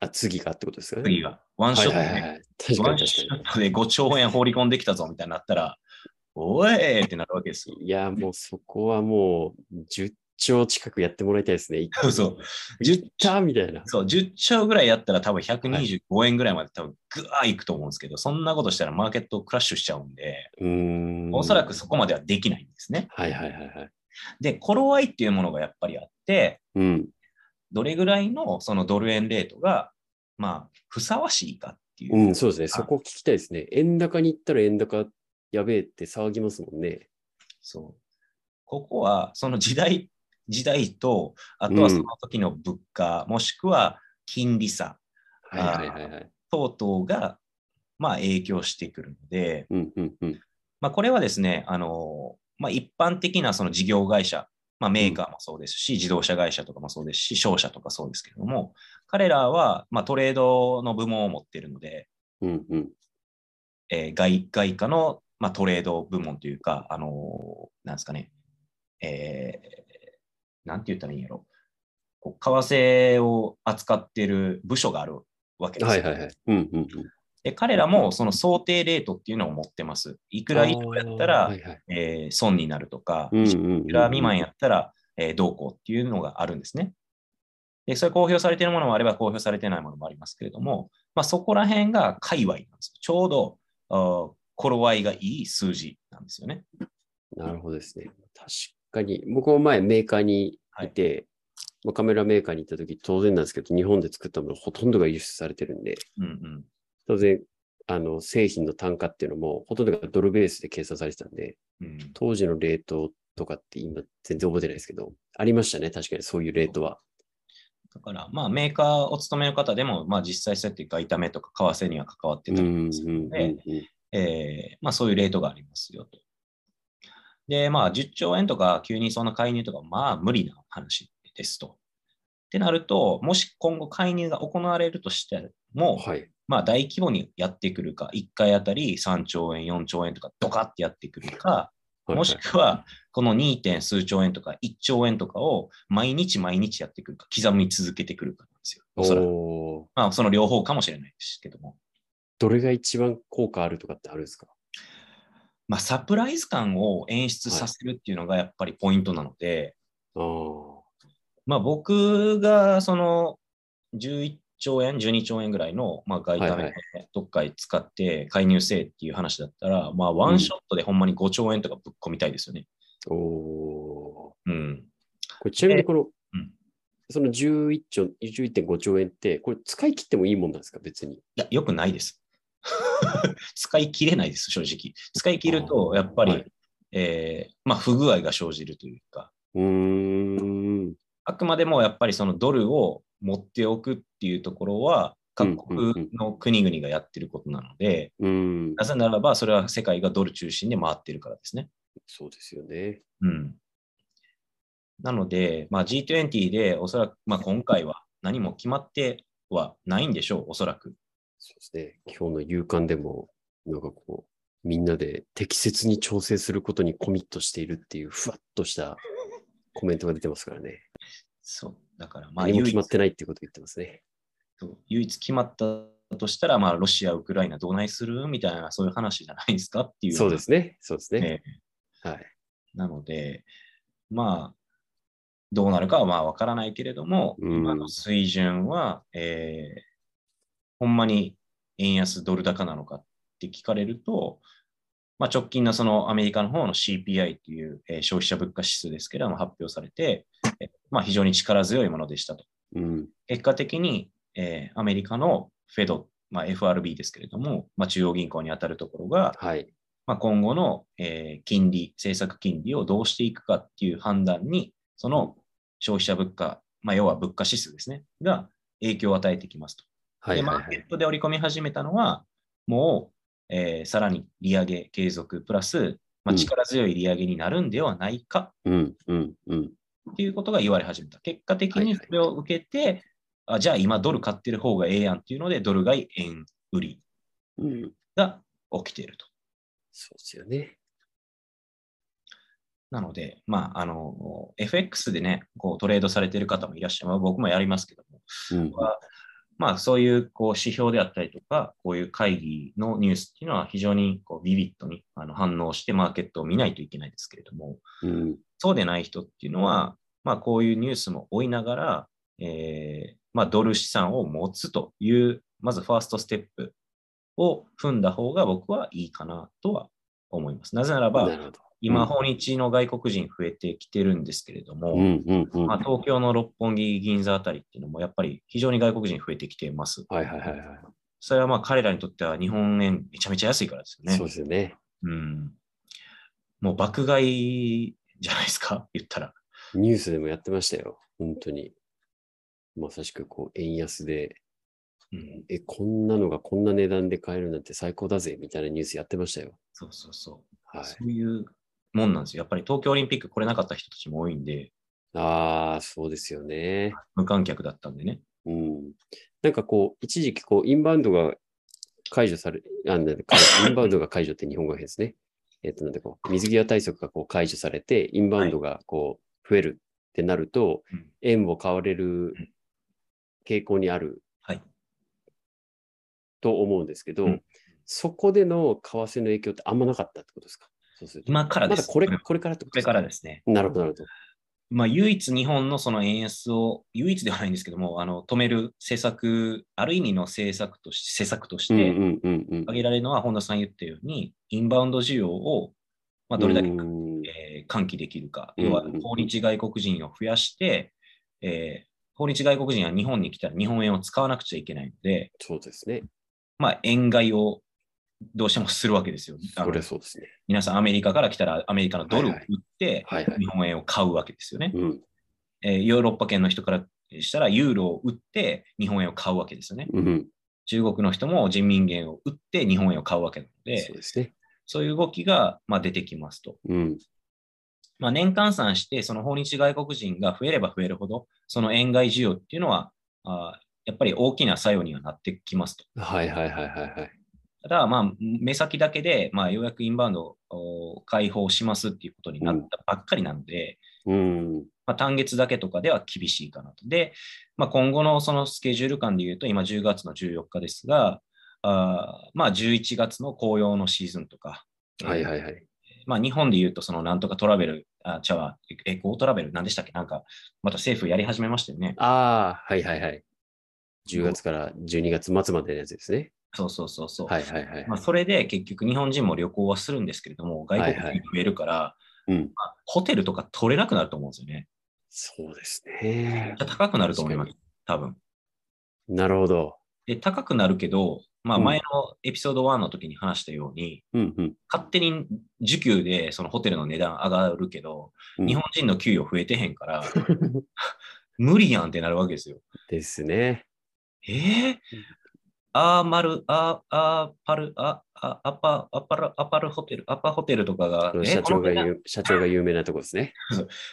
[SPEAKER 2] あ、次がってことですかね。
[SPEAKER 1] 次が。ワンショット
[SPEAKER 2] はい
[SPEAKER 1] で、
[SPEAKER 2] はいはい。確か
[SPEAKER 1] ワ
[SPEAKER 2] に
[SPEAKER 1] ンシ
[SPEAKER 2] 確か
[SPEAKER 1] ョットで5兆円放り込んできたぞみたいになったら、おえーってなるわけですよ。
[SPEAKER 2] に。いや、もうそこはもう10兆近くやってもらいたいで すね。
[SPEAKER 1] そうそう
[SPEAKER 2] 10兆みたいな。
[SPEAKER 1] そう、10兆ぐらいやったら多分125円ぐらいまで多分ぐわーいくと思うんですけど、そんなことしたらマーケットクラッシュしちゃうんで、
[SPEAKER 2] うーん。
[SPEAKER 1] おそらく。そこまではできないんですね。
[SPEAKER 2] はいはいはいはい。
[SPEAKER 1] で、頃合いっていうものがやっぱりあって、
[SPEAKER 2] うん。
[SPEAKER 1] どれぐらいのそのドル円レートが、まあ、ふさわしいかっていう。
[SPEAKER 2] うん、そうですね。そこ聞きたいですね。円高に行ったら円高やべえって騒ぎますもんね。
[SPEAKER 1] そうここは、その時代、時代と、あとはその時の物価、もしくは金利差
[SPEAKER 2] はいはいはいはい。
[SPEAKER 1] 等々が、まあ、影響してくるので、
[SPEAKER 2] うんうんうん。
[SPEAKER 1] まあ、これはですね、あのまあ、一般的なその事業会社、まあ、メーカーもそうですし、自動車会社とかもそうですし、商社とかそうですけれども、彼らは、まあ、トレードの部門を持っているので、
[SPEAKER 2] うんうん。
[SPEAKER 1] えー外外貨の、まあ、トレード部門というか、あのなんですかね、えーなんて言ったらいいんやろ、こう為替を扱っている部署があるわけですよ。
[SPEAKER 2] はいはいはい。うんうんうん。
[SPEAKER 1] で彼らもその想定レートっていうのを持ってます。いくら以上やったら、
[SPEAKER 2] あーはいはい。
[SPEAKER 1] えー損になるとか、
[SPEAKER 2] うんうん
[SPEAKER 1] い
[SPEAKER 2] うんうん
[SPEAKER 1] くら未満やったら、えーどうこうっていうのがあるんですね。で、それ公表されているものもあれば公表されてないものもありますけれども、まあ、そこら辺が界隈なんですよ。ちょうどあー頃合いがいい数字なんですよね。
[SPEAKER 2] なるほどですね。確かに、僕も前メーカーにいて、まあカメラメーカーに行った時、当然なんですけど、日本で作ったものほとんどが輸出されてるんで、
[SPEAKER 1] うんうん。
[SPEAKER 2] 当然、あの、製品の単価っていうのも、ほとんどがドルベースで計算されてたんで、
[SPEAKER 1] うん、
[SPEAKER 2] 当時のレートとかって今全然覚えてないですけど、ありましたね。確かにそういうレートは。
[SPEAKER 1] だから、まあ、メーカーお勤めの方でも、まあ、実際そうやって外為とか為替には関わって
[SPEAKER 2] うん
[SPEAKER 1] た
[SPEAKER 2] う
[SPEAKER 1] り
[SPEAKER 2] ん
[SPEAKER 1] す
[SPEAKER 2] う
[SPEAKER 1] るの
[SPEAKER 2] ん
[SPEAKER 1] で、
[SPEAKER 2] うん。
[SPEAKER 1] えーまあ、そういうレートがありますよと。で、まあ、10兆円とか急にそんな介入とか、まあ、無理な話ですと。ってなると、もし今後介入が行われるとしても、
[SPEAKER 2] はい。
[SPEAKER 1] まあ、大規模にやってくるか、1回あたり3兆円、4兆円とか、ドカってやってくるか、もしくは、この 2. 点数兆円とか1兆円とかを毎日毎日やってくるか、刻み続けてくるかなんですよ。お
[SPEAKER 2] お
[SPEAKER 1] そらく。
[SPEAKER 2] おー
[SPEAKER 1] まあ、その両方かもしれないですけども。
[SPEAKER 2] どれが一番効果あるとかってあるんですか
[SPEAKER 1] まあ、サプライズ感を演出させるっていうのがやっぱりポイントなので、
[SPEAKER 2] ああ。
[SPEAKER 1] まあ、僕がその11兆円、12兆円ぐらいの、まあ、外
[SPEAKER 2] はいは
[SPEAKER 1] 為
[SPEAKER 2] い
[SPEAKER 1] どっかへ使って介入せえっていう話だったら、まあ、ワンショットでほんまに5兆円とかぶっ込みたいですよね。
[SPEAKER 2] おお。
[SPEAKER 1] うん。
[SPEAKER 2] これちなみにこの、
[SPEAKER 1] うん
[SPEAKER 2] その11兆、11.5兆円って、これ使い切ってもいいもんなんですか、別に。
[SPEAKER 1] いや、よくないです。 使い切れないです、正直。使い切ると、やっぱり、
[SPEAKER 2] はい
[SPEAKER 1] えーまあ、不具合が生じるというか、
[SPEAKER 2] うーん。
[SPEAKER 1] あくまでもやっぱりそのドルを持っておくっていうところは、各国の国々がやってることなので、
[SPEAKER 2] うん。
[SPEAKER 1] なぜならばそれは世界がドル中心で回ってるからですね。
[SPEAKER 2] そうですよね。
[SPEAKER 1] うん、なので、まあ、G20 でおそらく、まあ、今回は何も決まってはないんでしょう、おそらく。
[SPEAKER 2] そうですね。今日の夕刊でも、なんかこう、みんなで適切に調整することにコミットしているっていう、ふわっとしたコメントが出てますからね。
[SPEAKER 1] そうだから、 まあ
[SPEAKER 2] 何も
[SPEAKER 1] 唯
[SPEAKER 2] 決
[SPEAKER 1] 一
[SPEAKER 2] まってないっていうことを言ってますね。
[SPEAKER 1] 唯一決まったとしたら、まあ、ロシア、ウクライナどうないするみたいな、そういう話じゃないですかっていう。
[SPEAKER 2] そうですね。そうですね。
[SPEAKER 1] ね
[SPEAKER 2] はい。
[SPEAKER 1] なので、まあ、どうなるかはまあ分からないけれども、
[SPEAKER 2] うん
[SPEAKER 1] 今の水準は、えーほんまに円安ドル高なのかって聞かれると、まあ、直近のそのアメリカの方の CPI という、えー消費者物価指数ですけれども、発表されて、えーまあ、非常に力強いものでしたと。
[SPEAKER 2] うん。
[SPEAKER 1] 結果的に、えーアメリカのフェドまあ、FRB ですけれども、まあ、中央銀行に当たるところが、
[SPEAKER 2] はい。
[SPEAKER 1] まあ、今後の、えー金利、政策金利をどうしていくかっていう判断に、その消費者物価、まあ、要は物価指数ですね、が影響を与えてきますと。
[SPEAKER 2] はい。
[SPEAKER 1] で、マ
[SPEAKER 2] はい
[SPEAKER 1] ー
[SPEAKER 2] はい。
[SPEAKER 1] ケットで織り込み始めたのは、もう、えーさらに利上げ継続プラス、まあ、
[SPEAKER 2] うん
[SPEAKER 1] 力強い利上げになるんではないか
[SPEAKER 2] うん。うん。うん。
[SPEAKER 1] っていうことが言われ始めた。結果的
[SPEAKER 2] はい
[SPEAKER 1] に
[SPEAKER 2] はい
[SPEAKER 1] それを受けて、あじゃあ今ドル買ってる方がええやんっていうので、ドル買い円売り
[SPEAKER 2] うん。
[SPEAKER 1] が起きていると。
[SPEAKER 2] そうですよね。
[SPEAKER 1] なので、まあ、あの、FX でね、こうトレードされている方もいらっしゃる、まあ僕もやりますけども、
[SPEAKER 2] うん。
[SPEAKER 1] まあ、そういうこう指標であったりとか、こういう会議のニュースっていうのは非常にこうビビッドにあの反応してマーケットを見ないといけないですけれども、
[SPEAKER 2] うん。
[SPEAKER 1] そうでない人っていうのは、まあ、こういうニュースも追いながら、えーまあ、ドル資産を持つという、まずファーストステップを踏んだ方が僕はいいかなとは思います。なぜならば、
[SPEAKER 2] なるほど。
[SPEAKER 1] 今、訪日の外国人増えてきてるんですけれども、
[SPEAKER 2] うん。うん。うん。
[SPEAKER 1] まあ、
[SPEAKER 2] はい。
[SPEAKER 1] 東京の六本木、銀座あたりっていうのも、やっぱり非常に外国人増えてきています。
[SPEAKER 2] はい。はい。は
[SPEAKER 1] それはまあ彼らにとっては日本円めちゃめちゃ安いからですよ
[SPEAKER 2] い。
[SPEAKER 1] ね。
[SPEAKER 2] そうですよね。
[SPEAKER 1] うん、もう爆買いじゃないですか、 言ったら。
[SPEAKER 2] ニュースでもやってましたよ。本当に。まさしくこう、円安で、
[SPEAKER 1] うん、
[SPEAKER 2] え、こんなのがこんな値段で買えるなんて最高だぜ、みたいなニュースやってましたよ。
[SPEAKER 1] そうそうそう。
[SPEAKER 2] はい。
[SPEAKER 1] そういうもんなんですよ。やっぱり東京オリンピック来れなかった人たちも多いんで、
[SPEAKER 2] ああ、そうですよね。
[SPEAKER 1] 無観客だったんでね。
[SPEAKER 2] うん。なんかこう、一時期こう、インバウンドが解除され、あなんだ解除インバウンドが解除って日本語変です ね。えっと、なんだこう、水際対策がこう解除されて、インバウンドがこう、増えるってなると、
[SPEAKER 1] うん
[SPEAKER 2] 円を買われる
[SPEAKER 1] うん
[SPEAKER 2] 傾向にある
[SPEAKER 1] はい。
[SPEAKER 2] と思うんですけど、
[SPEAKER 1] うん
[SPEAKER 2] そこでの為替の影響ってあんまなかったってことですかそうすると。
[SPEAKER 1] 今から
[SPEAKER 2] ま
[SPEAKER 1] で
[SPEAKER 2] だ
[SPEAKER 1] す。
[SPEAKER 2] これ、
[SPEAKER 1] こ
[SPEAKER 2] これからってこと。
[SPEAKER 1] れからですすね。
[SPEAKER 2] なるほど、なるほど。
[SPEAKER 1] まあ、唯一日本のその円安を、唯一ではないんですけども、あの止める政策、ある意味の政策とし政策とし
[SPEAKER 2] うんう
[SPEAKER 1] て
[SPEAKER 2] んうんうん。
[SPEAKER 1] 挙げられるのは、本田さん言ったように、インバウンド需要を、まあ、どれだけ、
[SPEAKER 2] うん
[SPEAKER 1] えー喚起できるか、
[SPEAKER 2] うん
[SPEAKER 1] 要は訪日外国人を増やして、えー訪日外国人は日本に来たら日本円を使わなくちゃいけないので、
[SPEAKER 2] そうですね。
[SPEAKER 1] まあ、円買いをどうしてもするわけですよ。あ
[SPEAKER 2] そ
[SPEAKER 1] の
[SPEAKER 2] れそうですね。
[SPEAKER 1] 皆さん、アメリカから来たらアメリカのドルを売
[SPEAKER 2] はいはい
[SPEAKER 1] って、
[SPEAKER 2] はいはい
[SPEAKER 1] 日。本円を買うわけですよね。
[SPEAKER 2] うん。
[SPEAKER 1] えーヨーロッパ圏の人からしたらユーロを売って日本円を買うわけですよね。
[SPEAKER 2] うん。
[SPEAKER 1] 中国の人も人民元を売って日本円を買うわけなので、
[SPEAKER 2] そうですね。
[SPEAKER 1] そういう動きが、まあ、出てきますと。
[SPEAKER 2] うん。
[SPEAKER 1] まあ、年換算して、その訪日外国人が増えれば増えるほど、その円買い需要っていうのは、あーやっぱり大きな作用にはなってきますと。
[SPEAKER 2] はいはいはいはいはい。
[SPEAKER 1] ただ、まあ、目先だけで、まあ、ようやくインバウンドを解放しますっていうことになったばっかりなので、
[SPEAKER 2] うん。
[SPEAKER 1] まあ、単月だけとかでは厳しいかなと。で、まあ、今後のそのスケジュール感で言うと、今10月の14日ですが、あーまあ、11月の紅葉のシーズンとか、
[SPEAKER 2] はいはいはい。
[SPEAKER 1] まあ、日本で言うと、そのなんとかトラベル、あちゃわ、エコートラベル、なんでしたっけなんか、また政府やり始めましたよね。
[SPEAKER 2] ああ、はいはいはい。10月から12月末までのやつですね。
[SPEAKER 1] そうそうそうそう。
[SPEAKER 2] はいはいはい
[SPEAKER 1] ま。あ、それで結局、日本人も旅行はするんですけれども、外国人
[SPEAKER 2] はいはい
[SPEAKER 1] 増えるから、
[SPEAKER 2] うん。
[SPEAKER 1] まあホテルとか取れなくなると思うんですよね。
[SPEAKER 2] そうです
[SPEAKER 1] め
[SPEAKER 2] ね
[SPEAKER 1] っちゃ。高くなると思います、多分
[SPEAKER 2] なるほど。
[SPEAKER 1] で、高くなるけど、まあ、
[SPEAKER 2] うん
[SPEAKER 1] 前のエピソード1の時に話したように、
[SPEAKER 2] うんうん。
[SPEAKER 1] 勝手に時給でそのホテルの値段上がるけど、
[SPEAKER 2] うん
[SPEAKER 1] 日本人の給与増えてへんから、 無理やんってなるわけですよ。
[SPEAKER 2] ですね。
[SPEAKER 1] えー、アーマル、アー、アーパル、ア、ア、アパ、アパル、アパルホテル、アパホテルとかが
[SPEAKER 2] あ、の
[SPEAKER 1] え
[SPEAKER 2] 社
[SPEAKER 1] この
[SPEAKER 2] 長が
[SPEAKER 1] 値段、
[SPEAKER 2] 言う、社長が有名なとこですね。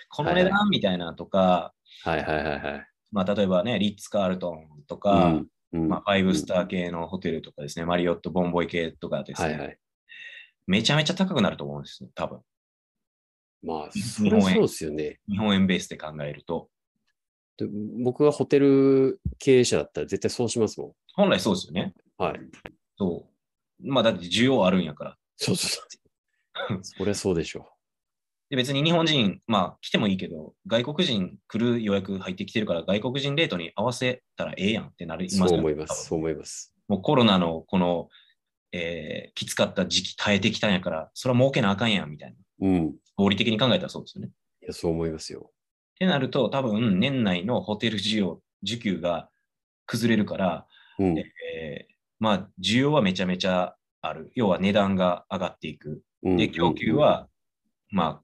[SPEAKER 1] この値
[SPEAKER 2] はい
[SPEAKER 1] 段みたいなとか、
[SPEAKER 2] はいはいはいはい。
[SPEAKER 1] まあ、例えばね、リッツ・カールトンとか、
[SPEAKER 2] うん。うん
[SPEAKER 1] まあ、ファイブスター系のホテルとかですね、マリオット・ボンボイ系とかですね、
[SPEAKER 2] はいはい。
[SPEAKER 1] めちゃめちゃ高くなると思うんですよ、多分。
[SPEAKER 2] まあ、そ
[SPEAKER 1] 日
[SPEAKER 2] りゃ
[SPEAKER 1] 本円
[SPEAKER 2] そうですよね。
[SPEAKER 1] 日本円ベースで考えると。
[SPEAKER 2] で僕がホテル経営者だったら絶対そうしますも
[SPEAKER 1] 本来そうですよね。
[SPEAKER 2] ん。はい。
[SPEAKER 1] そう。まあだって需要あるんやから。
[SPEAKER 2] そうそうそう。そりゃそうでしょ
[SPEAKER 1] で別に日本人、まあ来てもいいけど、外国人来る予約入ってきてるから、外国人レートに合わせたらええやんってなり
[SPEAKER 2] う。
[SPEAKER 1] ま
[SPEAKER 2] そ
[SPEAKER 1] す
[SPEAKER 2] う
[SPEAKER 1] よ
[SPEAKER 2] 思います。
[SPEAKER 1] 多
[SPEAKER 2] そう思います。
[SPEAKER 1] 分もうコロナのこの、えーきつかった時期耐えてきたんやから、それは儲けなあかんやんみたいな。
[SPEAKER 2] うん。
[SPEAKER 1] 合理的に考えたらそうですよね。っ
[SPEAKER 2] いや、そう思いますよ。
[SPEAKER 1] てなると、多分年内のホテル需要、需給が崩れるから、
[SPEAKER 2] うん。
[SPEAKER 1] えーまあ、需要はめちゃめちゃある。要は値段が上がっていく。
[SPEAKER 2] うん
[SPEAKER 1] で、供給、は、まあ、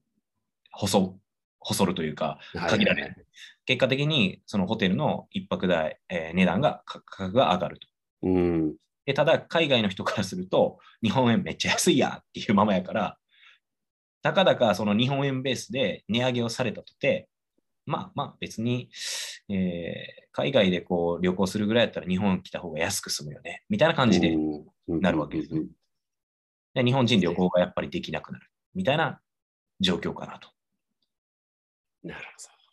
[SPEAKER 1] 細、細るというか、
[SPEAKER 2] うんうん
[SPEAKER 1] 限られ
[SPEAKER 2] はいはいはい
[SPEAKER 1] る。結果的に、そのホテルの一泊代、えー値段が、価価格が上がると。
[SPEAKER 2] うん。
[SPEAKER 1] で、ただ、海外の人からすると、日本円めっちゃ安いやっていうままやから、たかだかその日本円ベースで値上げをされたとて、まあまあ別に、えー海外でこう旅行するぐらいやったら日本来た方が安く済むよね、みたいな感じで、
[SPEAKER 2] うん
[SPEAKER 1] なるわけですね
[SPEAKER 2] うん
[SPEAKER 1] で日本人旅行がやっぱりできなくなる、みたいな状況かなと。
[SPEAKER 2] なる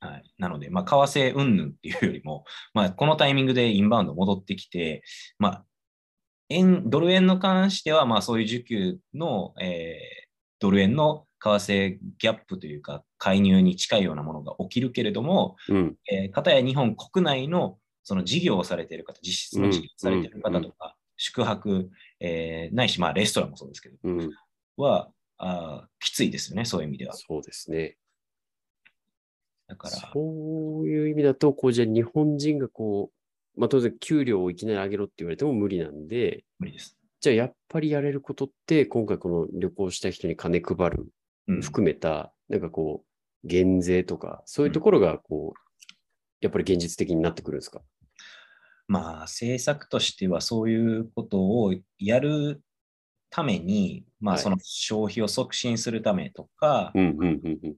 [SPEAKER 1] はい、なので、まあ、為替云々っていうよりも、まあ、このタイミングでインバウンド戻ってきて、まあ、円ドル円の関しては、まあ、そういう需給の、えードル円の為替ギャップというか、介入に近いようなものが起きるけれども、
[SPEAKER 2] ほど。うん。
[SPEAKER 1] えー、片や日本国内のその事業をされている方、実質の事業をされている方とか、宿泊、えーないし、まあ、レストランもそうですけど、
[SPEAKER 2] うん。
[SPEAKER 1] はあーきついですよね、そういう意味では。
[SPEAKER 2] そうですね。
[SPEAKER 1] だから、
[SPEAKER 2] そういう意味だと、こう、じゃあ日本人がこう、まあ当然給料をいきなり上げろって言われても無理なんで、
[SPEAKER 1] 無理です。
[SPEAKER 2] じゃあやっぱりやれることって、今回この旅行した人に金配る
[SPEAKER 1] うん
[SPEAKER 2] 含めた、なんかこう、減税とか、そういうところがこう、やっぱり現実的になってくるんですか
[SPEAKER 1] まあ、政策としてはそういうことをやるために、まあ、
[SPEAKER 2] はい
[SPEAKER 1] その消費を促進するためとか、
[SPEAKER 2] うん、うん、うん、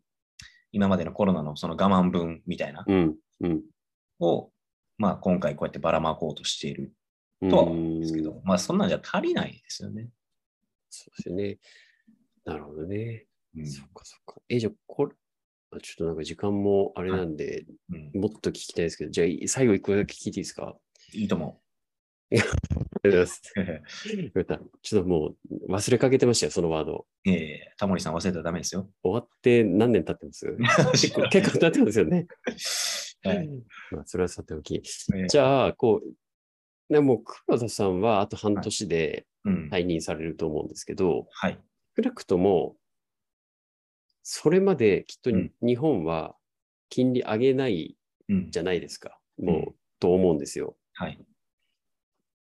[SPEAKER 1] 今までのコロナのその我慢分みたいな
[SPEAKER 2] うん。うん、
[SPEAKER 1] を、まあ、今回こうやってばらまこうとしている
[SPEAKER 2] うん。
[SPEAKER 1] とは思うんですけ
[SPEAKER 2] う
[SPEAKER 1] ど、まあ、そんなんじゃ足りないですよね。
[SPEAKER 2] そうですよね。なるほどね。
[SPEAKER 1] うん
[SPEAKER 2] そっかそっか。え、じゃあこれ、あちょっとなんか時間もあれなんで、
[SPEAKER 1] うん
[SPEAKER 2] もっと聞きたいですけど、じゃあい最後一個だけ聞いていいですかあ
[SPEAKER 1] いいと思
[SPEAKER 2] りがとうございます。
[SPEAKER 1] う。
[SPEAKER 2] よかったちょっともう忘れかけてましたよ、そのワード。
[SPEAKER 1] ええタモリさん忘れたらダメです よ。
[SPEAKER 2] 終わって何年経ってます 結構、結構経ってますよね。
[SPEAKER 1] はい、
[SPEAKER 2] まあ、それはさておき。
[SPEAKER 1] ええ
[SPEAKER 2] じゃあ、こう、でも黒田さんはあと半年で
[SPEAKER 1] うんはい。
[SPEAKER 2] 退任されると思うんですけど、少なくとも、それまできっと
[SPEAKER 1] うん
[SPEAKER 2] 日本は金利上げない
[SPEAKER 1] うん。
[SPEAKER 2] じゃないですか。
[SPEAKER 1] ん
[SPEAKER 2] もう、と思うんですよ。
[SPEAKER 1] はい。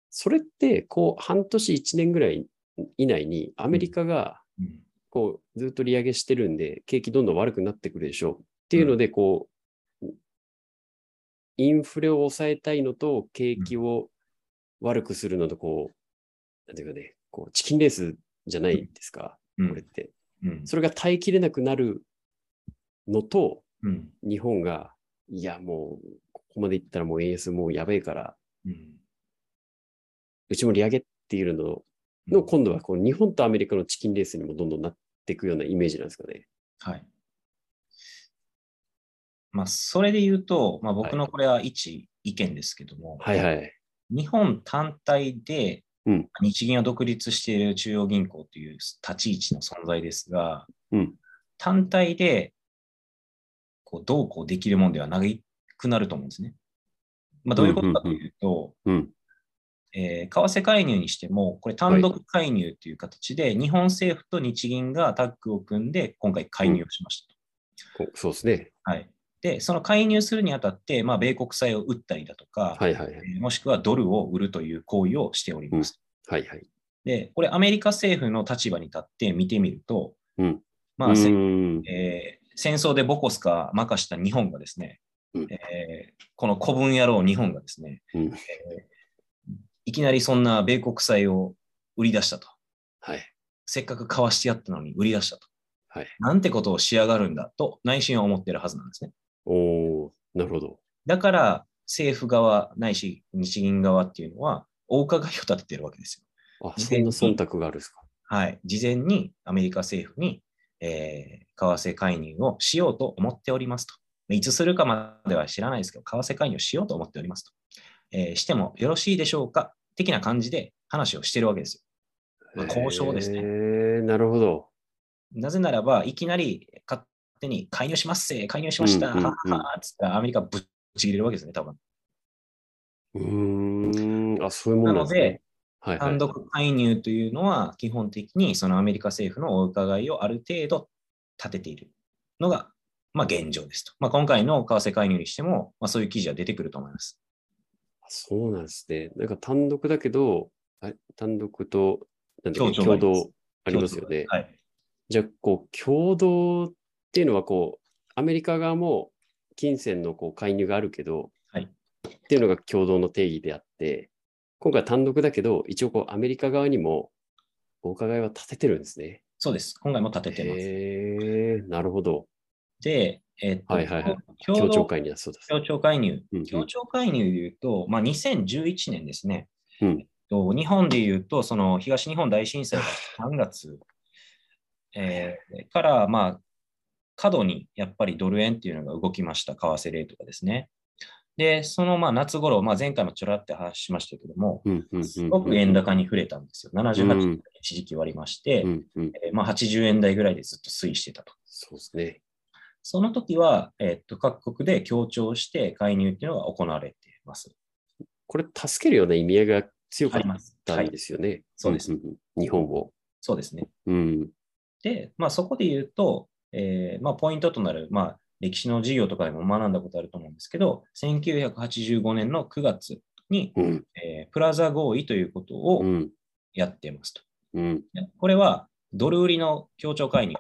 [SPEAKER 2] それって、こう、半年、1年ぐらい以内に、アメリカが、
[SPEAKER 1] うん
[SPEAKER 2] こう、ずっと利上げしてるんで、景気どんどん悪くなってくるでしょう。っていうので、こう、インフレを抑えたいのと、景気を悪くするのと、こう、なんていうかね、こう、チキンレースじゃないですか、
[SPEAKER 1] う
[SPEAKER 2] これっ
[SPEAKER 1] ん。
[SPEAKER 2] て。
[SPEAKER 1] うん。
[SPEAKER 2] それが耐えきれなくなるのと、
[SPEAKER 1] うん。
[SPEAKER 2] 日本が、いや、もう、ここまでいったらもう円安もうやべえから、
[SPEAKER 1] うん。
[SPEAKER 2] うちも利上げっていうのの、今度はこう日本とアメリカのチキンレースにもどんどんなっていくようなイメージなんですかね。
[SPEAKER 1] はい。まあ、それで言うと、まあ、僕
[SPEAKER 2] は
[SPEAKER 1] の
[SPEAKER 2] い
[SPEAKER 1] これは一意見ですけども、
[SPEAKER 2] はいはい。
[SPEAKER 1] 日本単体で
[SPEAKER 2] うん
[SPEAKER 1] 日銀は独立している中央銀行という立ち位置の存在ですが、
[SPEAKER 2] うん
[SPEAKER 1] 単体でこうどうこうできるものではなくなると思うんですね。まあ、どういうことかというと、
[SPEAKER 2] うん。
[SPEAKER 1] えー為替介入にしても、これ単独介入という形で、日本政府と日銀がタッグを組んで、今回介入をしました。
[SPEAKER 2] こそうですね。
[SPEAKER 1] はい、で、その介入するにあたって、まあ、米国債を売ったりだとか、
[SPEAKER 2] はいはいはい。
[SPEAKER 1] えーもしくはドルを売るという行為をしております。
[SPEAKER 2] はいはい。
[SPEAKER 1] で、これ、アメリカ政府の立場に立って見てみると、
[SPEAKER 2] うん
[SPEAKER 1] まあ
[SPEAKER 2] う
[SPEAKER 1] せ
[SPEAKER 2] ん。
[SPEAKER 1] えー戦争でボコスカ任した日本がですね、
[SPEAKER 2] うん
[SPEAKER 1] えーこの古文野郎日本がですね、
[SPEAKER 2] うん
[SPEAKER 1] えーいきなりそんな米国債を売り出したと。
[SPEAKER 2] はい。
[SPEAKER 1] せっかく買わしてやったのに売り出したと。
[SPEAKER 2] はい
[SPEAKER 1] なんてことをしやがるんだと内心は思ってるはずなんですね。
[SPEAKER 2] おー、なるほど。
[SPEAKER 1] だから政府側ないし日銀側っていうのはお伺いを立ててるわけですよ。
[SPEAKER 2] あ、そんな忖度があるんですか。
[SPEAKER 1] はい。事前にアメリカ政府に、えー為替介入をしようと思っておりますと。いつするかまでは知らないですけど、為替介入をしようと思っておりますと。えーしてもよろしいでしょうか的な感じで話をしてるわけですよ。まあ交渉ですね
[SPEAKER 2] へーなるほど。
[SPEAKER 1] なぜならば、いきなり勝手に介入しますせ、介入しました、
[SPEAKER 2] うんうんうん
[SPEAKER 1] はっはっつったらアメリカぶっちぎれるわけですね、多分。
[SPEAKER 2] うーん。あ、そういうもんなんですね。はいはい。
[SPEAKER 1] 単独介入というのは、基本的にそのアメリカ政府のお伺いをある程度立てているのが、まあ、現状ですと。まあ、今回の為替介入にしても、まあ、そういう記事は出てくると思います。
[SPEAKER 2] そうなんですね。なんか単独だけど、あ単独と、なんだっけ
[SPEAKER 1] 共
[SPEAKER 2] 共
[SPEAKER 1] 同もあります
[SPEAKER 2] 同ありますよね。
[SPEAKER 1] はい。
[SPEAKER 2] じゃあ、こう、共同っていうのは、こう、アメリカ側も金銭のこう介入があるけど、
[SPEAKER 1] はい
[SPEAKER 2] っていうのが共同の定義であって、今回単独だけど、一応こう、アメリカ側にもお伺いは立ててるんですね。
[SPEAKER 1] そうです。今回も立ててます。
[SPEAKER 2] へえ、なるほど。
[SPEAKER 1] で、えっと、
[SPEAKER 2] はいはいはい
[SPEAKER 1] 共
[SPEAKER 2] 協
[SPEAKER 1] 同
[SPEAKER 2] 調会にはそうです。
[SPEAKER 1] 協調介入。
[SPEAKER 2] うんうん
[SPEAKER 1] 協調介入で言うと、まあ、2011年ですね。
[SPEAKER 2] うん
[SPEAKER 1] えっと日本で言うと、その東日本大震災が3月、えーから、まあ、過度にやっぱりドル円っていうのが動きました、為替レートがですね。で、そのまあ夏頃、まあ、前回もちょらって話しましたけども、
[SPEAKER 2] うんうんうんうん
[SPEAKER 1] すごく円高に触れたんですよ。78
[SPEAKER 2] う
[SPEAKER 1] 円
[SPEAKER 2] ん
[SPEAKER 1] 一時期割りまして、
[SPEAKER 2] うんうん。
[SPEAKER 1] えーまあ、80円台ぐらいでずっと推移してたと。
[SPEAKER 2] そうですね。
[SPEAKER 1] その時は、えっと各国で協調して介入っていうのが行われています。
[SPEAKER 2] これ、助けるような意味合いが強か
[SPEAKER 1] あ
[SPEAKER 2] っ
[SPEAKER 1] ります。
[SPEAKER 2] た
[SPEAKER 1] は
[SPEAKER 2] ん
[SPEAKER 1] い
[SPEAKER 2] で。すよね。
[SPEAKER 1] そうです
[SPEAKER 2] んんうん。日本を。
[SPEAKER 1] そうですね。
[SPEAKER 2] うん。
[SPEAKER 1] で、まあ、そこで言うと、えーまあ、ポイントとなる、まあ、歴史の授業とかでも学んだことあると思うんですけど、1985年の9月に、
[SPEAKER 2] うん。
[SPEAKER 1] えープラザ合意ということ
[SPEAKER 2] う
[SPEAKER 1] を
[SPEAKER 2] ん。
[SPEAKER 1] やっていますと。
[SPEAKER 2] うん。
[SPEAKER 1] でこれはドル売りの協調介入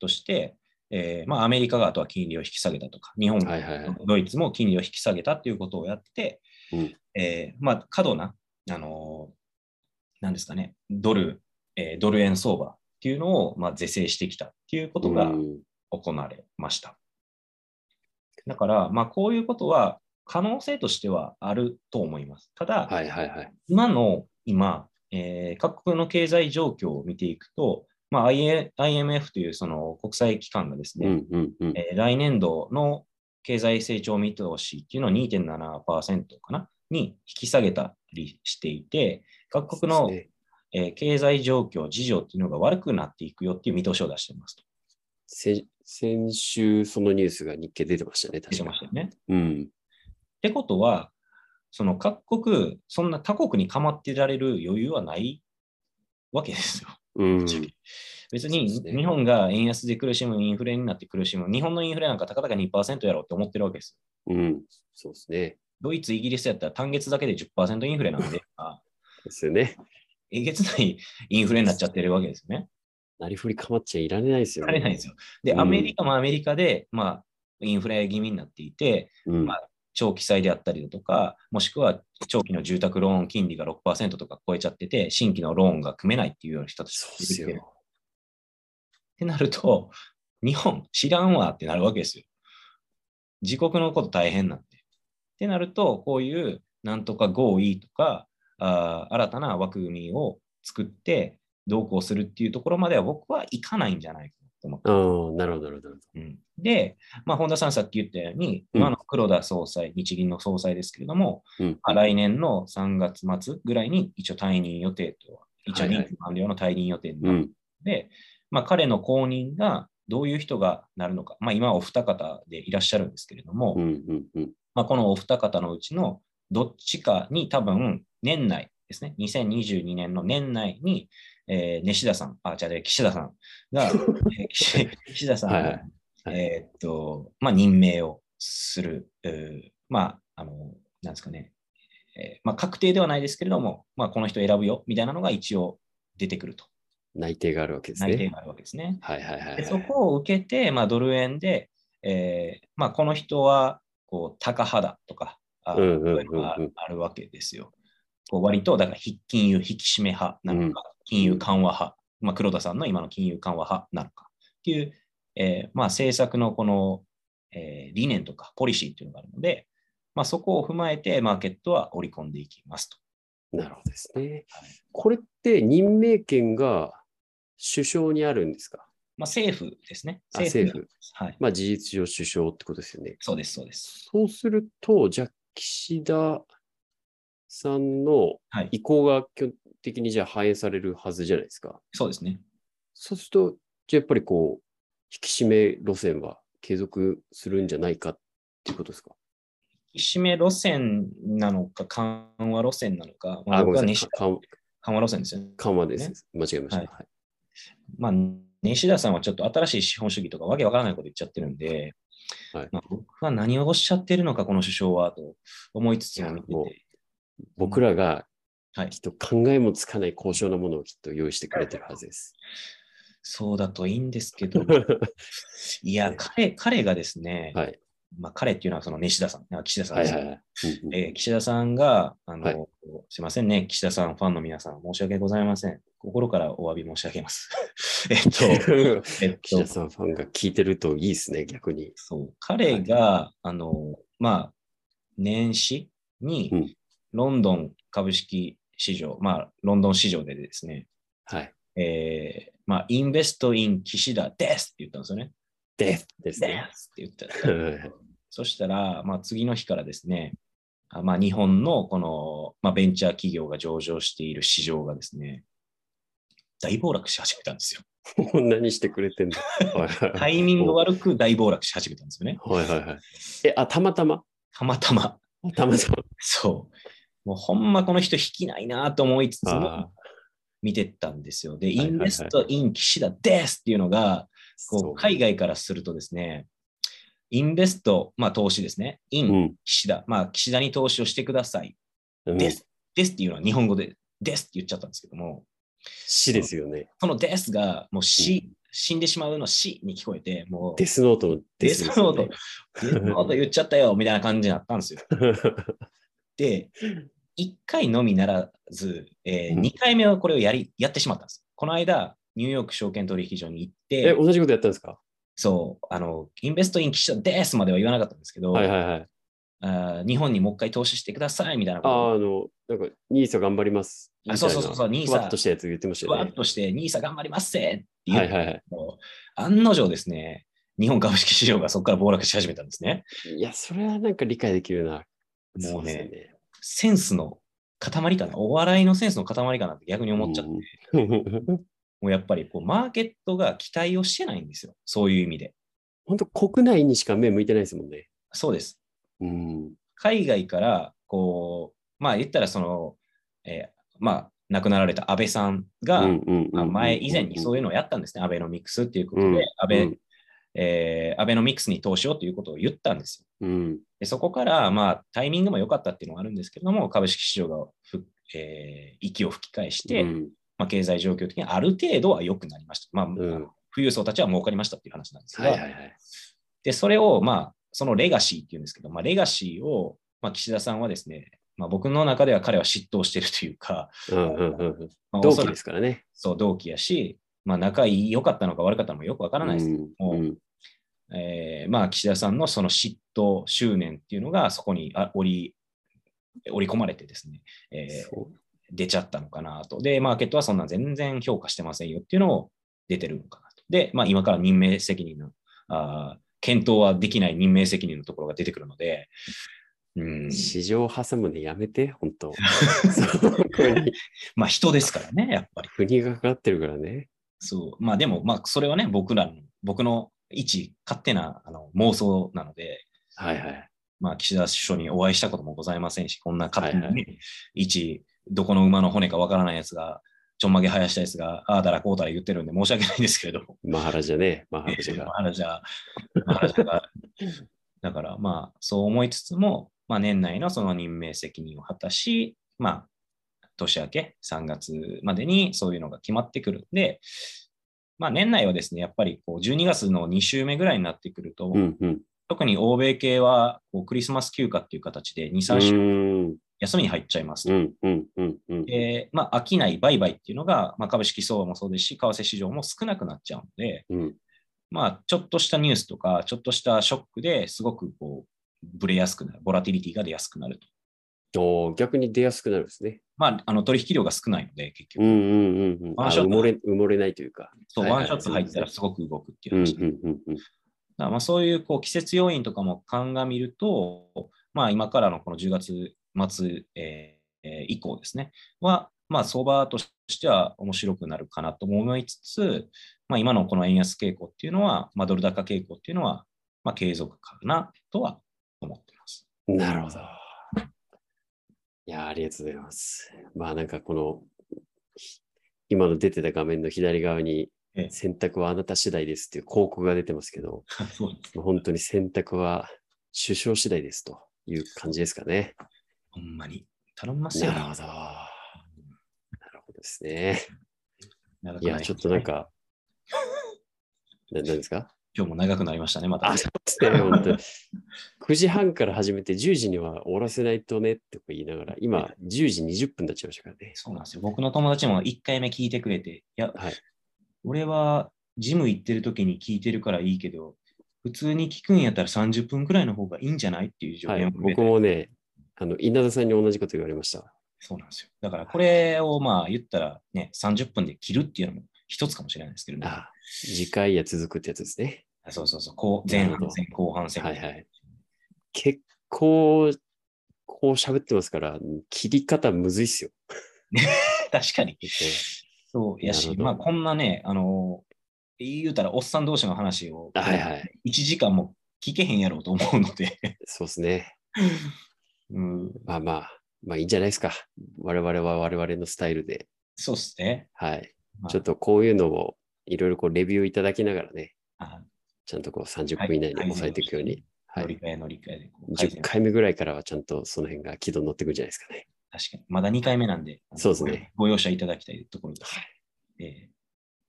[SPEAKER 1] として、えーまあ、アメリカがあとは金利を引き下げたとか、日本、
[SPEAKER 2] はいはいはい。
[SPEAKER 1] ドイツも金利を引き下げたということをやって、
[SPEAKER 2] うん
[SPEAKER 1] えーまあ、過度な、あのーなんですかね、ドル、えードル円相場っていうのを、まあ、是正してきたっていうことが
[SPEAKER 2] うん
[SPEAKER 1] 行われました。だから、まあ、こういうことは可能性としてはあると思います。ただ、
[SPEAKER 2] はいはいはい。
[SPEAKER 1] 今の今、えー各国の経済状況を見ていくと、まあ、IA IMF というその国際機関がです
[SPEAKER 2] う
[SPEAKER 1] ね、
[SPEAKER 2] んうんうん。
[SPEAKER 1] えー来年度の経済成長見通しっていうのを2.7%かなに引き下げたりしていて、各国の、
[SPEAKER 2] そうですね
[SPEAKER 1] えー経済状況、事情っていうのが悪くなっていくよっていう見通しを出していますと。
[SPEAKER 2] 先先週、そのニュースが日経出てましたね、確
[SPEAKER 1] 出て
[SPEAKER 2] か
[SPEAKER 1] ましたよね。っ
[SPEAKER 2] うん。
[SPEAKER 1] てことは、その各国、そんな他国に構ってられる余裕はないわけですよ。
[SPEAKER 2] うん。
[SPEAKER 1] 別
[SPEAKER 2] そ
[SPEAKER 1] に
[SPEAKER 2] うですね
[SPEAKER 1] 日本が円安で苦しむ、インフレになって苦しむ、日本のインフレなんかたかだか2%やろうって思ってるわけです。
[SPEAKER 2] うん。そうですね。
[SPEAKER 1] ドイツ、イギリスやったら単月だけで10%インフレなん で、あ
[SPEAKER 2] ですよね。
[SPEAKER 1] えげつないインフレになっちゃってるわけですよね。
[SPEAKER 2] なりふり構っちゃいられないですよ
[SPEAKER 1] 疲
[SPEAKER 2] ね。
[SPEAKER 1] れないんですよ。で、
[SPEAKER 2] うん
[SPEAKER 1] アメリカもアメリカで、まあ、インフレ気味になっていて、
[SPEAKER 2] うん。
[SPEAKER 1] まあ長期債であったりだとか、もしくは長期の住宅ローン金利が6%とか超えちゃってて、新規のローンが組めないっていうような人たち
[SPEAKER 2] そ
[SPEAKER 1] が
[SPEAKER 2] う
[SPEAKER 1] 出て
[SPEAKER 2] で
[SPEAKER 1] き
[SPEAKER 2] す
[SPEAKER 1] てるっ
[SPEAKER 2] よ。
[SPEAKER 1] てなると、日本知らんわってなるわけですよ。自国のこと大変なんで。ってなると、こういうなんとか合意とか、あー新たな枠組みを作って、どうこうするっていうところまでは僕はいかないんじゃないかなと思って。
[SPEAKER 2] ああ、なるほど、なるほど。
[SPEAKER 1] うんで、まあ、本田さんさっき言ったように、
[SPEAKER 2] うん
[SPEAKER 1] 今の黒田総裁、日銀の総裁ですけれども、
[SPEAKER 2] うん。
[SPEAKER 1] まあ来年の3月末ぐらいに一応退任予定とは、一応
[SPEAKER 2] はいはい
[SPEAKER 1] 任期満了の退任予定にな
[SPEAKER 2] う
[SPEAKER 1] る
[SPEAKER 2] ん。
[SPEAKER 1] で、まあ、彼の後任がどういう人がなるのか、まあ、今お二方でいらっしゃるんですけれども、
[SPEAKER 2] うん。うん。うん。
[SPEAKER 1] まあ、このお二方のうちのどっちかに多分年内ですね、2022年の年内に、えー西田さん、あ、じゃあ、岸田さん が、えー岸岸田さんが、
[SPEAKER 2] はいはいはい
[SPEAKER 1] えーっと、まあ、任命をする、えーまあ、あの、なんですかね、えーまあ、確定ではないですけれども、まあ、この人選ぶよ、みたいなのが一応出てくると、
[SPEAKER 2] 内定があるわけです
[SPEAKER 1] 内定
[SPEAKER 2] ね。
[SPEAKER 1] があるわけですね。
[SPEAKER 2] はいはいはいは
[SPEAKER 1] で
[SPEAKER 2] い。
[SPEAKER 1] そこを受けて、まあ、ドル円で、えーまあ、この人はこう高派だとか、あ
[SPEAKER 2] うんうんうんうん
[SPEAKER 1] そういうのがあるわけですよ。こう割とだからひ金融引き締め派なのか、金融緩和派、まあ、黒田さんの今の金融緩和派なのかっていう、えーまあ、政策のこの、えー理念とかポリシーっていうのがあるので、まあ、そこを踏まえてマーケットは織り込んでいきますと。
[SPEAKER 2] なるほどですね。これって任命権が首相にあるんですか
[SPEAKER 1] まあ、政府ですね。
[SPEAKER 2] あ政府。
[SPEAKER 1] はい。
[SPEAKER 2] まあ事実上首相ってことですよね。
[SPEAKER 1] そうです、そうです。
[SPEAKER 2] そうすると、じゃあ岸田さんの
[SPEAKER 1] はい
[SPEAKER 2] 意向が基本的にじゃあ反映されるはずじゃないですか。
[SPEAKER 1] そうですね。
[SPEAKER 2] そうすると、じゃあやっぱりこう、引き締め路線は継続するんじゃないかっていうことですか。
[SPEAKER 1] 引き締め路線なのか、緩和路線なのか、まあ、
[SPEAKER 2] あ、ご
[SPEAKER 1] 僕
[SPEAKER 2] め
[SPEAKER 1] は
[SPEAKER 2] んな
[SPEAKER 1] 西
[SPEAKER 2] さい。か緩
[SPEAKER 1] 緩和路線ですよね。
[SPEAKER 2] 緩和です、間違えました。
[SPEAKER 1] はい
[SPEAKER 2] はい
[SPEAKER 1] まあ、西田さんはちょっと新しい資本主義とかわけわからないこと言っちゃってるんで、
[SPEAKER 2] はい
[SPEAKER 1] まあ、僕は何をおっしゃってるのか、この首相はと思いつつも見て
[SPEAKER 2] いやもう
[SPEAKER 1] て、
[SPEAKER 2] 僕らが
[SPEAKER 1] はい
[SPEAKER 2] きっと考えもつかない高尚なものをきっと用意してくれてるは ずです。
[SPEAKER 1] そうだといいんですけ ど、いや、
[SPEAKER 2] ね
[SPEAKER 1] 彼、彼がですね、
[SPEAKER 2] はい
[SPEAKER 1] まあ、彼っていうのはその西田さん、あ岸田さん
[SPEAKER 2] は
[SPEAKER 1] で
[SPEAKER 2] い
[SPEAKER 1] す
[SPEAKER 2] は
[SPEAKER 1] ね
[SPEAKER 2] いはい。うんうん
[SPEAKER 1] えー岸田さんが、あの、
[SPEAKER 2] はい
[SPEAKER 1] すいませんね、岸田さん、ファンの皆さん、申し訳ございません。心からお詫び申し上げ ます。えっと、えっ
[SPEAKER 2] 岸
[SPEAKER 1] と
[SPEAKER 2] 田、さんファンが聞いてるといいですね、逆に。
[SPEAKER 1] そう、彼が、あの、まあ、年始
[SPEAKER 2] う
[SPEAKER 1] に
[SPEAKER 2] ん、
[SPEAKER 1] ロンドン株式市場、まあ、ロンドン市場でですね、
[SPEAKER 2] はい。
[SPEAKER 1] えーまあ、インベストイン岸田ですって言ったんですよね。
[SPEAKER 2] で、です
[SPEAKER 1] で
[SPEAKER 2] ね。
[SPEAKER 1] すって言った。
[SPEAKER 2] はい
[SPEAKER 1] そしたら、まあ、次の日からですね、あまあ、日本のこの、まあ、ベンチャー企業が上場している市場がですね、大暴落し始めたんですよ。
[SPEAKER 2] もう何してくれてんのはいはい
[SPEAKER 1] タイミング悪く大暴落し始めたんですよね。
[SPEAKER 2] はいはいはい。え、あ、たまたま
[SPEAKER 1] たまたま。
[SPEAKER 2] たまたま。
[SPEAKER 1] そう。もうほんまこの人引きないなと思いつつ
[SPEAKER 2] あ
[SPEAKER 1] も見てったんですよ。で、
[SPEAKER 2] いはい
[SPEAKER 1] インベスト・イン・岸田ですっていうのが、
[SPEAKER 2] そ
[SPEAKER 1] こ
[SPEAKER 2] う
[SPEAKER 1] う海外からするとですね、インベスト、まあ投資ですね、イ
[SPEAKER 2] う
[SPEAKER 1] ン・
[SPEAKER 2] ん
[SPEAKER 1] 岸田、まあ岸田に投資をしてください。
[SPEAKER 2] うん。
[SPEAKER 1] です。ですっていうのは日本語でですって言っちゃったんですけども、
[SPEAKER 2] 死ですよね。
[SPEAKER 1] そのですが、もう死、死んでしまうの死に聞こえて、もう、
[SPEAKER 2] デスノートのデスですよね。
[SPEAKER 1] デスのこと言っちゃったよみたいな感じになったんですよ。で、1回のみならず、え
[SPEAKER 2] うん
[SPEAKER 1] 2回目はこれをやりやってしまったんです。この間、ニューヨーク証券取引所に行って、
[SPEAKER 2] え、同じことやったんですか
[SPEAKER 1] そう、あの、インベストイン岸田ですまでは言わなかったんですけど、
[SPEAKER 2] はいはいはい。
[SPEAKER 1] あー日本にもう一回投資してくださいみたいな
[SPEAKER 2] あ
[SPEAKER 1] こと
[SPEAKER 2] ー、あの、なんか、ニーサ頑張ります。
[SPEAKER 1] あそうそうそうそう
[SPEAKER 2] みた
[SPEAKER 1] NISA
[SPEAKER 2] いなふわっとしたやつ言ってまし
[SPEAKER 1] をふわ
[SPEAKER 2] たよ
[SPEAKER 1] っ
[SPEAKER 2] ね。
[SPEAKER 1] として、ニーサ頑張りますせって言
[SPEAKER 2] は
[SPEAKER 1] っ
[SPEAKER 2] い
[SPEAKER 1] て、
[SPEAKER 2] はいは
[SPEAKER 1] もう案の定ですね、日本株式市場がそこから暴落し始めたんですね。
[SPEAKER 2] い。いや、それはなんか理解できるな。
[SPEAKER 1] もうね
[SPEAKER 2] そですよ
[SPEAKER 1] センスの塊かな、お笑いのセンスの塊かなって逆に思っちゃって、
[SPEAKER 2] ね。
[SPEAKER 1] もうやっぱりこうマーケットが期待をしてないんですよ、そういう意味で。
[SPEAKER 2] 本当、国内にしか目向いてないですもんね。
[SPEAKER 1] そうです。
[SPEAKER 2] うん。
[SPEAKER 1] 海外から、こう、まあ言ったらその、えーまあ亡くなられた安倍さんが、
[SPEAKER 2] うんうん
[SPEAKER 1] まあ前以前にそう
[SPEAKER 2] い
[SPEAKER 1] いうのをやったんですね、アベノミクスっていうことで、
[SPEAKER 2] うん
[SPEAKER 1] アベ
[SPEAKER 2] うん
[SPEAKER 1] えーアベノミクスに投資をということを言ったんですよ。
[SPEAKER 2] うん。うん。
[SPEAKER 1] でそこから、まあ、タイミングも良かったっていうのがあるんですけれども、株式市場がふ、えー息を吹き返して、
[SPEAKER 2] うん
[SPEAKER 1] まあ、経済状況的にある程度は良くなりました。まあ、
[SPEAKER 2] ん
[SPEAKER 1] あの富裕層たちは儲かりましたっていう話なんです
[SPEAKER 2] は
[SPEAKER 1] が、
[SPEAKER 2] いはいはい。
[SPEAKER 1] でそれを、まあ、そのレガシーっていうんですけど、まあ、レガシーを、まあ、岸田さんはですね、まあ、僕の中では彼は嫉妬してるというか、
[SPEAKER 2] うんうんうんうん。
[SPEAKER 1] まあ、お
[SPEAKER 2] 同
[SPEAKER 1] そら
[SPEAKER 2] 期で
[SPEAKER 1] く
[SPEAKER 2] すからね。
[SPEAKER 1] そう同期やし、まあ、仲良かったのか悪かったのかよくわからないです。
[SPEAKER 2] うんうん
[SPEAKER 1] えーまあ、岸田さんのその嫉妬、執念っていうのがそこにあ織り織り込まれてですね、えー
[SPEAKER 2] そう
[SPEAKER 1] 出ちゃったのかなと。で、マーケットはそんな全然評価してませんよっていうのを出てるのかなと。で、まあ、今から任命責任のあー、検討はできない任命責任のところが出てくるので、うん、
[SPEAKER 2] 市場挟むのやめて、本当。そこに
[SPEAKER 1] まあ人ですからね、やっぱり。
[SPEAKER 2] 国がかかってるからね。
[SPEAKER 1] そう。まあでも、まあそれはね、僕らの、僕の一勝手なあの妄想なので、
[SPEAKER 2] はいはい。
[SPEAKER 1] まあ、岸田首相にお会いしたこともございませんし、こんな勝手にね、
[SPEAKER 2] はいは
[SPEAKER 1] 一、どこの馬の骨かわからないやつが、ちょんまげ生やしたやつが、ああだらこうだら言ってるんで申し訳ないんですけれども、
[SPEAKER 2] マハラじゃね、マハラじゃが。
[SPEAKER 1] マハラジャ、マハラジャが、だからまあ、そう思いつつも、まあ、年内のその任命責任を果たし、まあ、年明け3月までにそういうのが決まってくるんで、まあ、年内はですね、やっぱりこう12月の2週目ぐらいになってくると、
[SPEAKER 2] うんうん。
[SPEAKER 1] 特に欧米系はこうクリスマス休暇っていう形で2、
[SPEAKER 2] う
[SPEAKER 1] 3週
[SPEAKER 2] ーん
[SPEAKER 1] 休みに入っちゃいます
[SPEAKER 2] う
[SPEAKER 1] と。
[SPEAKER 2] んうんうんうん。
[SPEAKER 1] で、まあ、商い、売買っていうのが、まあ、株式相場もそうですし、為替市場も少なくなっちゃうので、
[SPEAKER 2] うん
[SPEAKER 1] まあ、ちょっとしたニュースとか、ちょっとしたショックですごくこう、ブレやすくなる、ボラティリティが出やすくなると。
[SPEAKER 2] おー逆に出やすくなるんですね。
[SPEAKER 1] まあ、あの取引量が少ないので、結
[SPEAKER 2] う
[SPEAKER 1] 局、
[SPEAKER 2] んうんうんうん。あ
[SPEAKER 1] ワンショッ
[SPEAKER 2] 埋
[SPEAKER 1] ト
[SPEAKER 2] もれ埋もれないというか。
[SPEAKER 1] そう、
[SPEAKER 2] はいはい
[SPEAKER 1] ワンショット入ったらすごく動くっていう
[SPEAKER 2] うんう
[SPEAKER 1] 話。だか
[SPEAKER 2] んうんうん。
[SPEAKER 1] らまあそういうこう季節要因とかも鑑みると、まあ、今からのこの10月末、えーえー以降ですね、は、まあ、相場としては面白くなるかなと思いつつ、まあ、今のこの円安傾向っていうのは、まあ、ドル高傾向っていうのは、まあ、継続かなとは思って ます。
[SPEAKER 2] なるほど。いやー、ありがとうございます。まあなんかこの、ひ今の出てた画面の左側に
[SPEAKER 1] え、え
[SPEAKER 2] 選択はあなた次第ですっていう広告が出てますけど、本当に選択は首相次第ですという感じですかね。
[SPEAKER 1] ほんまに。頼みますよ
[SPEAKER 2] なる。ほど。ですね。
[SPEAKER 1] 長くなり
[SPEAKER 2] い
[SPEAKER 1] ま
[SPEAKER 2] や、
[SPEAKER 1] した
[SPEAKER 2] ちょっとなんか、ななんですか
[SPEAKER 1] 今日も長くなりましたね、また
[SPEAKER 2] あ、。そうですね、本当に。9時半から始めて10時には終わらせないとねとか言いながら、今10時20分になっちゃいましたからね。
[SPEAKER 1] そうなんですよ。僕の友達も1回目聞いてくれて、いや、
[SPEAKER 2] はい
[SPEAKER 1] 俺はジム行ってる時に聞いてるからいいけど、普通に聞くんやったら30分くらいの方がいいんじゃないっていう条
[SPEAKER 2] は
[SPEAKER 1] 件
[SPEAKER 2] い、
[SPEAKER 1] をくれ
[SPEAKER 2] 僕
[SPEAKER 1] て、
[SPEAKER 2] もね、あの稲田さんに同じこと言われました。
[SPEAKER 1] そうなんですよ。だからこれをまあ言ったらね、30分で切るっていうのも一つかもしれないですけどね。
[SPEAKER 2] あ次回や続くってやつですね。
[SPEAKER 1] そうそうそう、こう
[SPEAKER 2] な
[SPEAKER 1] 前
[SPEAKER 2] るほど
[SPEAKER 1] 半戦、後半戦。
[SPEAKER 2] はいはい。結構、こう喋ってますから、切り方むずいっすよ。
[SPEAKER 1] 確かに。そうや
[SPEAKER 2] なる
[SPEAKER 1] し
[SPEAKER 2] ほ、ど
[SPEAKER 1] まあこんなね、あの言うたらおっさん同士の話を
[SPEAKER 2] はいはい。
[SPEAKER 1] 1時間も聞けへんやろうと思うので、
[SPEAKER 2] そうですね。
[SPEAKER 1] うん、
[SPEAKER 2] まあまあ、まあいいんじゃないですか。我々は我々のスタイルで。
[SPEAKER 1] そうっすね。
[SPEAKER 2] はい。
[SPEAKER 1] まあ
[SPEAKER 2] ちょっとこういうのをいろいろこうレビューいただきながらね、
[SPEAKER 1] あ
[SPEAKER 2] ちゃんとこう30分以内に抑えていくように。は
[SPEAKER 1] 乗り
[SPEAKER 2] い。
[SPEAKER 1] 換え乗り換えでこう改善
[SPEAKER 2] 10回目ぐらいからはちゃんとその辺が軌道に乗ってくるんじゃないですかね。
[SPEAKER 1] 確かに。まだ2回目なんで、あの
[SPEAKER 2] そうですね。
[SPEAKER 1] ごご容赦いただきたいところです。
[SPEAKER 2] は
[SPEAKER 1] え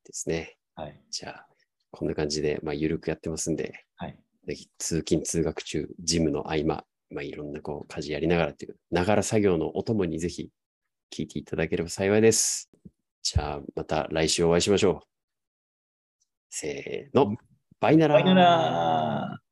[SPEAKER 2] ですね。
[SPEAKER 1] ーはい。
[SPEAKER 2] じゃあ、こんな感じで、まあ、ゆるくやってますんで、
[SPEAKER 1] はい。
[SPEAKER 2] ぜひ通勤・通学中、ジムの合間、まあ、いろんなこう家事やりながらっていう、ながら作業のお供にぜひ聞いていただければ幸いです。じゃあ、また来週お会いしましょう。せーの、バイナラ
[SPEAKER 1] バイナラー